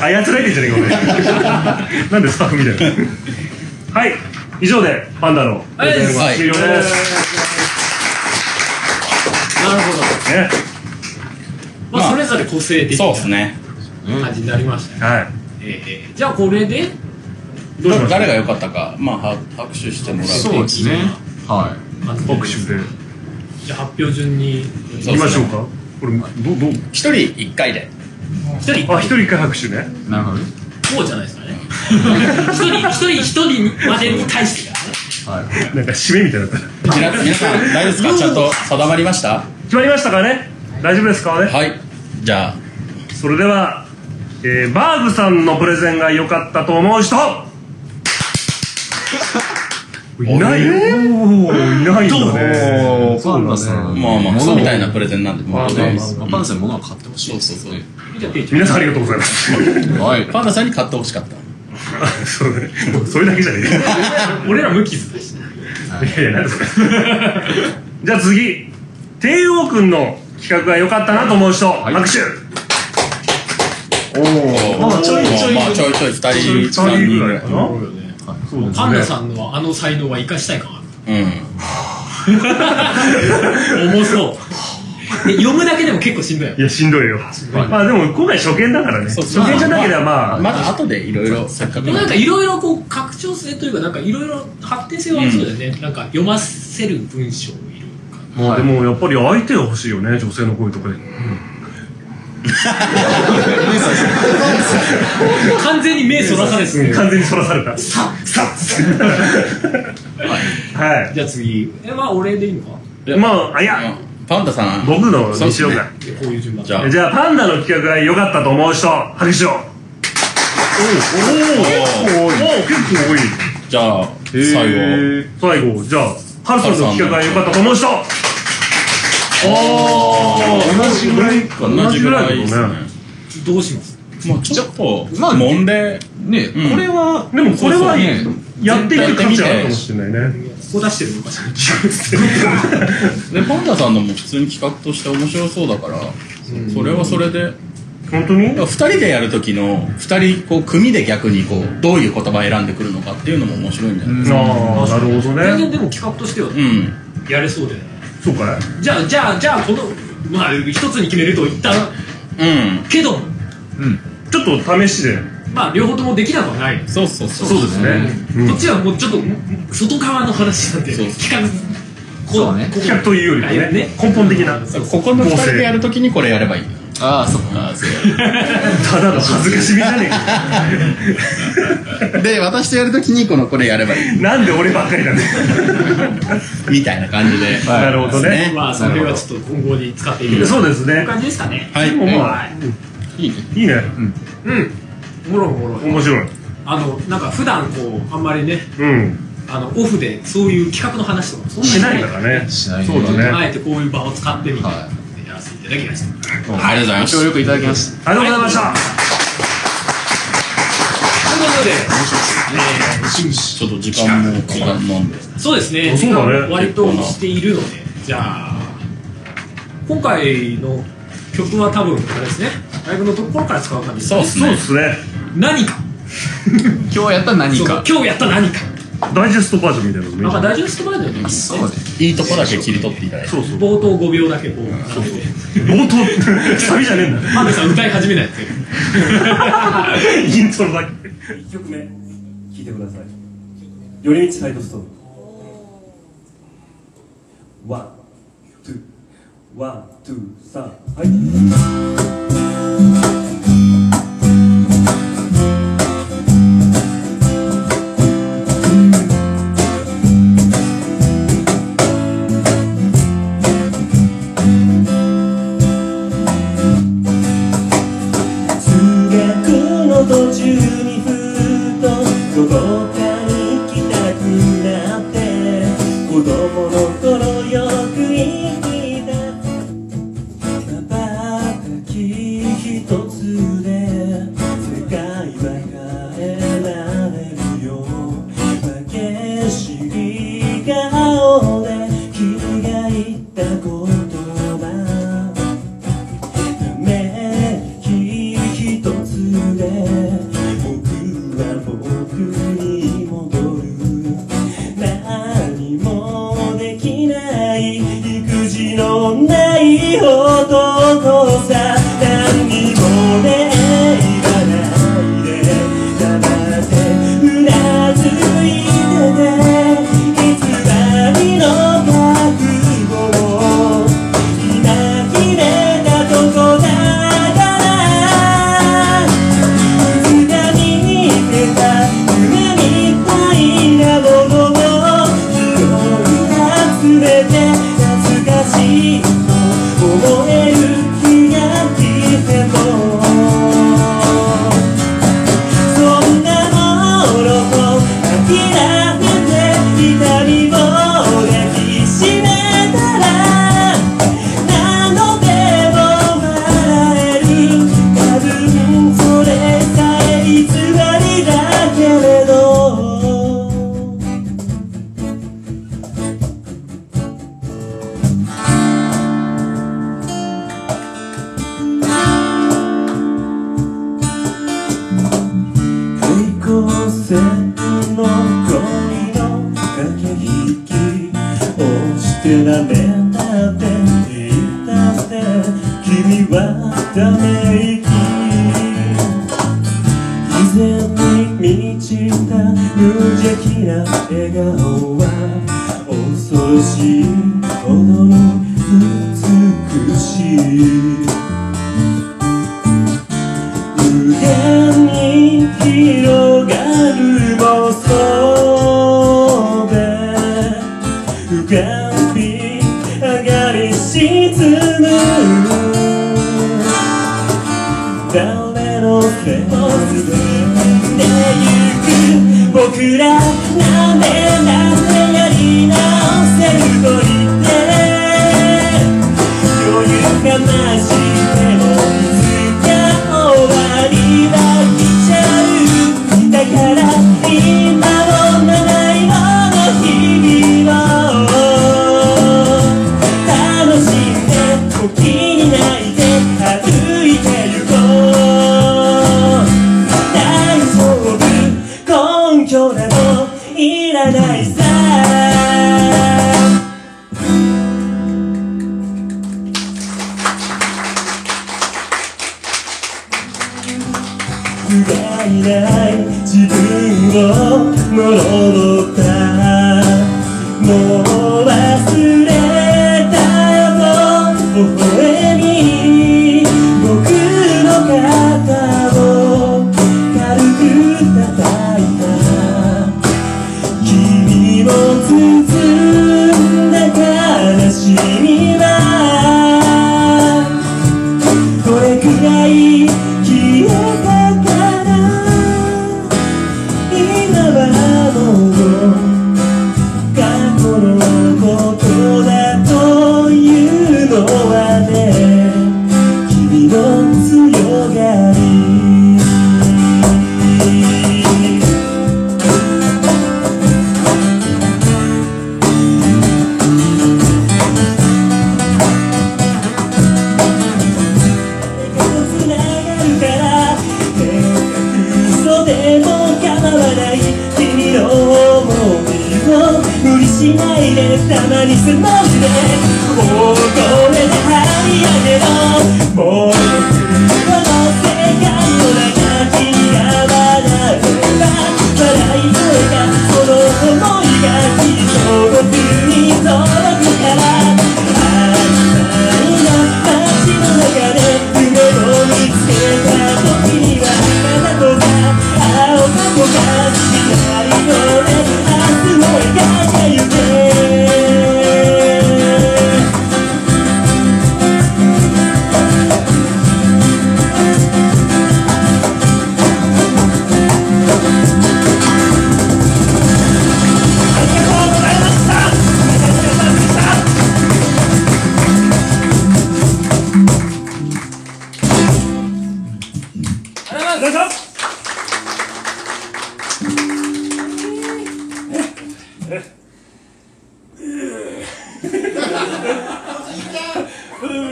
Speaker 4: 操られてんじゃ ねえか俺なんでスタッフみたいなはい以上でパンダの
Speaker 2: はい
Speaker 4: 終了です、
Speaker 2: なるほど
Speaker 4: ね
Speaker 2: ま
Speaker 3: まあ
Speaker 2: あそれぞれ個性的
Speaker 3: そうですね
Speaker 2: な感じになりましたね
Speaker 4: はい
Speaker 2: えーじゃあこれで
Speaker 4: どうしました
Speaker 3: 誰が良かったか、まあ、は拍手してもらう
Speaker 5: そうですね。は
Speaker 4: 拍手で
Speaker 2: じゃあ発表順に
Speaker 3: そ
Speaker 4: 行きましょう
Speaker 3: う
Speaker 4: かこれどどう
Speaker 3: 一人一回で
Speaker 2: 一人一
Speaker 4: あ
Speaker 2: 回
Speaker 4: 一人一回拍手ね
Speaker 5: い。なるほど。
Speaker 2: こうじゃないですか ね一人一人一人までに対してからね
Speaker 4: なんか締めみたいだった
Speaker 3: 皆皆さん大丈夫ですかちゃんと定まりました
Speaker 4: 決まりましたかね大丈夫ですかね
Speaker 3: はいじゃあ
Speaker 4: それでは、えーバーグさんのプレゼンが良かったと思う人いないよ、おーいないんだね
Speaker 5: おー、
Speaker 1: パンダさん、
Speaker 3: まあまあクソみたいなプレゼンなんでもう
Speaker 4: まあまあ
Speaker 1: パンダさんに物は買ってほしい
Speaker 3: そう
Speaker 1: です
Speaker 3: そうそう
Speaker 4: 皆さんありがとうございます
Speaker 5: はい。
Speaker 3: パンダさんに買ってほしかった
Speaker 4: そうねもうそれだけじゃね
Speaker 2: 俺ら無傷だしね
Speaker 4: えいやいやなんでそれじゃあ次帝王くんの企画が良かったなと思う人、拍手
Speaker 5: まあちょいちょい
Speaker 3: まあちょいちょい二人
Speaker 4: 2人ぐらいかな、
Speaker 2: パンダさんのあの才能は生かしたいかな
Speaker 3: うん
Speaker 2: 重そうで読むだけでも結構しんどいよ
Speaker 4: いやしんどいよまあでも今回初見だからね
Speaker 3: そう
Speaker 4: 初見じゃなければまあ、
Speaker 3: まだ後でいろいろせっかく
Speaker 2: でもなんかいろいろこう拡張性というかなんかいろいろ発展性はありそうだよね、なんか読ませる文章いるか
Speaker 4: まあでもやっぱり相手が欲しいよね女性の声とかで
Speaker 2: 完全に目そらされてる
Speaker 4: 完全にそらされたさっさは
Speaker 2: じゃあ次えまあ俺でいいのか
Speaker 4: いまああいや
Speaker 3: うんパンダさん
Speaker 4: 僕のにしようか
Speaker 2: でこういう順番
Speaker 3: じゃあ
Speaker 4: じゃあパンダの企画が良かったと思う人拍手をおおおお結構多い
Speaker 3: じゃあ最後
Speaker 5: えー
Speaker 4: 最後じゃあハルさんの企画が良かったと思う人
Speaker 5: 同じぐらい
Speaker 3: 同じぐらいですね
Speaker 4: 同じぐらい
Speaker 2: どうします
Speaker 3: まあちょっと
Speaker 5: まあ
Speaker 3: 揉んで
Speaker 5: ね、
Speaker 3: うん
Speaker 5: これは、
Speaker 4: でもこれは
Speaker 5: ね、
Speaker 4: やっていく価値あるかもしれないね
Speaker 2: ここ出してるのかしら
Speaker 3: でパンダさんのも普通に企画として面白そうだからそれはそれで
Speaker 4: 本当に
Speaker 3: 2人でやる時の2人こう組で逆にこうどういう言葉選んでくるのかっていうのも面白いんじゃない
Speaker 4: ああなるほど
Speaker 2: 全然
Speaker 4: ね
Speaker 2: でも企画としては
Speaker 3: うん
Speaker 2: やれそうで
Speaker 4: そうかい
Speaker 2: じゃあじゃあじゃあこのまあ一つに決めると言った
Speaker 3: うん
Speaker 2: けど
Speaker 4: ちょっと試しで
Speaker 2: まあ両方ともできなくはないよ
Speaker 3: そうそうそう
Speaker 4: そうですね
Speaker 2: こっちはもうちょっと外側の話なんで
Speaker 3: そう
Speaker 2: 企画
Speaker 1: そうね
Speaker 2: こ
Speaker 4: 企画というよりもね
Speaker 2: ね
Speaker 4: 根本的な
Speaker 3: ここの2人でやるときにこれやればいい
Speaker 1: ああ、そう
Speaker 3: ああそ
Speaker 4: ただの恥ずかしみじゃねえか
Speaker 3: うで私とやるときにこのこれやればいい
Speaker 4: なんで俺ばっかり なんだよ
Speaker 3: みたいな感じで
Speaker 1: い
Speaker 4: なるほどね
Speaker 2: まあそれはちょっと今後に使っていく
Speaker 4: そうですね
Speaker 2: 感じですかね
Speaker 3: はい
Speaker 4: もう
Speaker 3: え
Speaker 4: まあ
Speaker 3: いいね
Speaker 4: いいね
Speaker 2: うんおもろいおもろい
Speaker 4: 面白い
Speaker 2: あのなんか普段こうあんまりね
Speaker 4: うん
Speaker 2: あのオフでそういう企画の話とかそんな
Speaker 4: し
Speaker 2: に
Speaker 4: ないからね
Speaker 1: しない
Speaker 4: そうだね
Speaker 2: あえてこういう場を使ってみたいな
Speaker 1: は
Speaker 2: のでやらせていただきました
Speaker 3: ありがとうございま
Speaker 1: ご
Speaker 3: す
Speaker 1: 協力いただきました。
Speaker 4: ありがとうございました
Speaker 2: ということで
Speaker 3: ちょっと時間も時間なんで
Speaker 2: そうですね
Speaker 4: あ
Speaker 2: 時
Speaker 4: そうだね
Speaker 2: 間を割としているのでじゃあ今回の曲は多分あれですねライブのところから使う感じです
Speaker 3: そう
Speaker 2: ね
Speaker 3: っす
Speaker 4: そう
Speaker 3: ね
Speaker 4: ですね
Speaker 2: 何か
Speaker 1: 今日やったら何
Speaker 2: そう
Speaker 1: か。
Speaker 2: 今日やった何か
Speaker 4: ダイジェストバージョンみたいなのもい
Speaker 2: ないん
Speaker 4: じ
Speaker 2: か
Speaker 4: ゃん
Speaker 2: ダイジェストバージョンでいいです
Speaker 1: そう
Speaker 2: ね
Speaker 1: ね。
Speaker 3: いいとこだけ切り取っていただいて
Speaker 4: そうそう
Speaker 2: 冒頭5秒だけこう並べて
Speaker 4: 冒頭サビじゃねえんだ
Speaker 2: ハンデさん歌い始めないって
Speaker 4: イントロだけ1曲目聴いてください寄り道サイドストーリーワンツーワンツーサンはい
Speaker 10: 通学の途中にふとどこかに行きたくなって子供の頃よく行きた瞬き一つで世界は変えられるよ負け知り顔で君が言った言葉ため息ひとつで僕は僕に戻る何もできない育児のない男さ何にもねいらないで黙ってうな息をしてダメだって言ったって君はため息自然に満ちた無邪気な笑顔は恐ろしいほどに美しい無限に広がる妄想で浮かび上がり沈む誰の手も進んでゆく僕らなんでなんでやり直せると言って余裕が増してもいつか終わりだよ来ちゃうだから今をまだいもの日々を楽しんで時に泣いて歩いてゆこう大丈夫根拠などいらないさ不甲斐ない自分を呪ったもう忘れたよ微笑み僕の肩を軽く叩いた君を包んだ悲しみはどれくらい消えたかな今はもう過去のことだというのはね君の強がり繋がるから嘘でも構わない君の想いを無理しないでたまにすまんで大声で張り上げろもうこの世界の中君が笑えば笑い声がその想いがきっと僕に届くから「街の中で夢を見つけた時には」「花とか青かとか光のね明日も描かゆけ」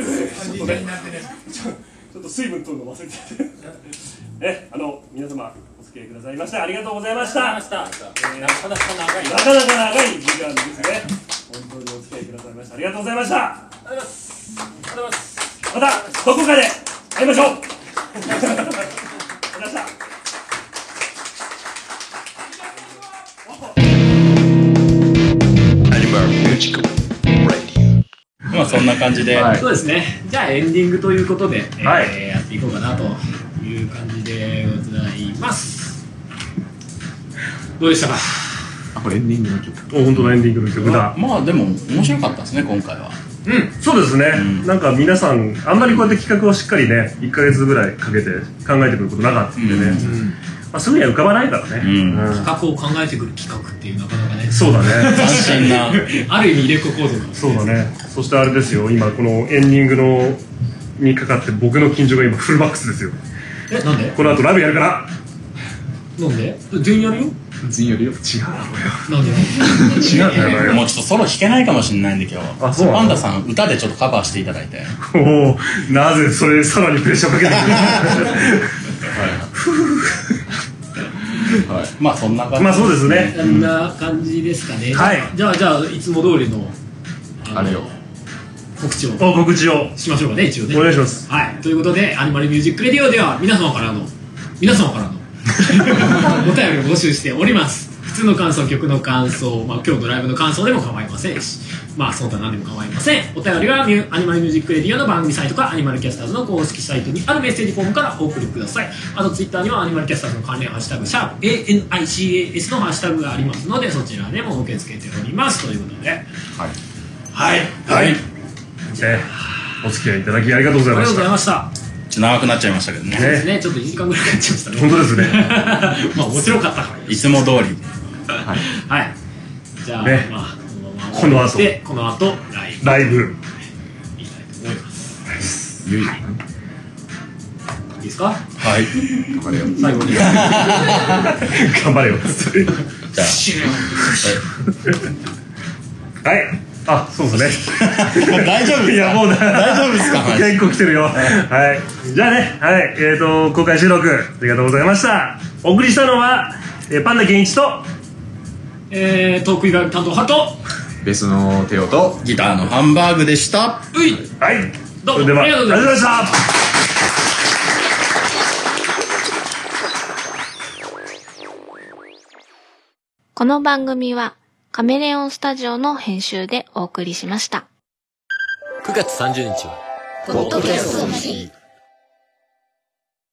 Speaker 4: ちょっと水分取るの忘れて てえあの皆様お付き合いくださいましてありがとうございましたなかなか長い時間ですね本当にお付き合いくださいましてありがとうございましたまたどこかで会いましょうありがとうございました
Speaker 3: まあそんな感じで、
Speaker 1: はい
Speaker 2: そうですね。じゃあエンディングということで、えー
Speaker 4: はい
Speaker 2: やっていこうかなという感じでございます。どうでしたか
Speaker 5: あこれエンディングの曲
Speaker 4: お本当のエンディングの曲だ
Speaker 3: まあでも面白かったですね今回は
Speaker 4: そうですね、なんか皆さんあんまりこうやって企画をしっかりね1か月ぐらいかけて考えてくることなかったんでね、まあ、すぐには浮かばないからね、
Speaker 3: うん
Speaker 4: うん
Speaker 2: 企画を考えてくる企画っていうなかなかね、
Speaker 4: そうだね
Speaker 3: 斬新な
Speaker 2: ある意味入れ子構造なんです
Speaker 4: そうだねそしてあれですよ今このエンディングのにかかって僕の緊張が今フルマックスですよ
Speaker 2: え、なんで
Speaker 4: この後ライブやるから
Speaker 2: なんで全員やるよ
Speaker 5: 全員よりよ違う
Speaker 2: なんで
Speaker 4: 違うんだよ
Speaker 3: もうちょっとソロ弾けないかもしれないんで今日
Speaker 4: あそうなの
Speaker 3: パンダさん歌でちょっとカバーしていただいて
Speaker 4: おおなぜそれさらにプレッシャーかけてくる
Speaker 3: はい、まあそんな感じ、
Speaker 4: まあそうですね
Speaker 2: こんな感じですかね。
Speaker 4: はい
Speaker 2: じゃあ、じゃあ、いつも通りの、の
Speaker 1: あれを。
Speaker 2: 告知を
Speaker 4: お告知を
Speaker 2: しましょうかね、一応ね。
Speaker 4: お願いします
Speaker 2: はい。ということで、アニマルミュージックレディオでは、皆様からの、皆様からの、 お便りを募集しております。普通の感想、曲の感想、まあ、今日のライブの感想でも構いませんし、まあ、その他何でも構いません。お便りはミュ、アニマルミュージックレディオの番組サイトか、アニマルキャスターズの公式サイトにあるメッセージフォームからお送りください。あと、ツイッターにはアニマルキャスターズの関連ハッシュタグ、シャープ ANICAS のハッシュタグがありますので、そちらでも受け付けております。ということで、はい。はい。
Speaker 4: ねお付き合いいただきありがとうござ
Speaker 2: あ
Speaker 4: い
Speaker 2: りがとう
Speaker 4: まし
Speaker 2: ござい
Speaker 4: た
Speaker 2: ました。
Speaker 3: 長くなっちゃいましたけどね
Speaker 2: そうで
Speaker 4: ね
Speaker 2: すね、ちょっと1時間ぐらいかかっちゃいましたね。
Speaker 4: 本当ですね
Speaker 2: まあ面白かったからね
Speaker 3: いつも通 り
Speaker 2: はい。じゃあ、
Speaker 4: ね
Speaker 2: まあ、
Speaker 4: この後
Speaker 2: で、この後、ライブ
Speaker 4: ライブ
Speaker 2: いきたいと思います。はい。いいですか
Speaker 3: はい
Speaker 2: 最後に。
Speaker 4: 頑張れよ はいあそうですね
Speaker 3: 大丈夫
Speaker 4: いやもうだ
Speaker 3: 大丈夫ですか
Speaker 4: 結構来てるよはいじゃあねはいえっ、と公開収録ありがとうございましたお送りしたのは、えーパンダケンイチと
Speaker 2: えー、トーク以外担当、ハト
Speaker 5: ベースの手をと
Speaker 3: ギターのハンバーグでした
Speaker 2: うい
Speaker 4: はい
Speaker 2: どうも
Speaker 4: それでは
Speaker 2: ありがとうございました
Speaker 4: ありがとうございました
Speaker 11: この番組はカメレオンスタジオの編集でお送りしました。
Speaker 10: 9月30日は
Speaker 11: ポッドキャストの日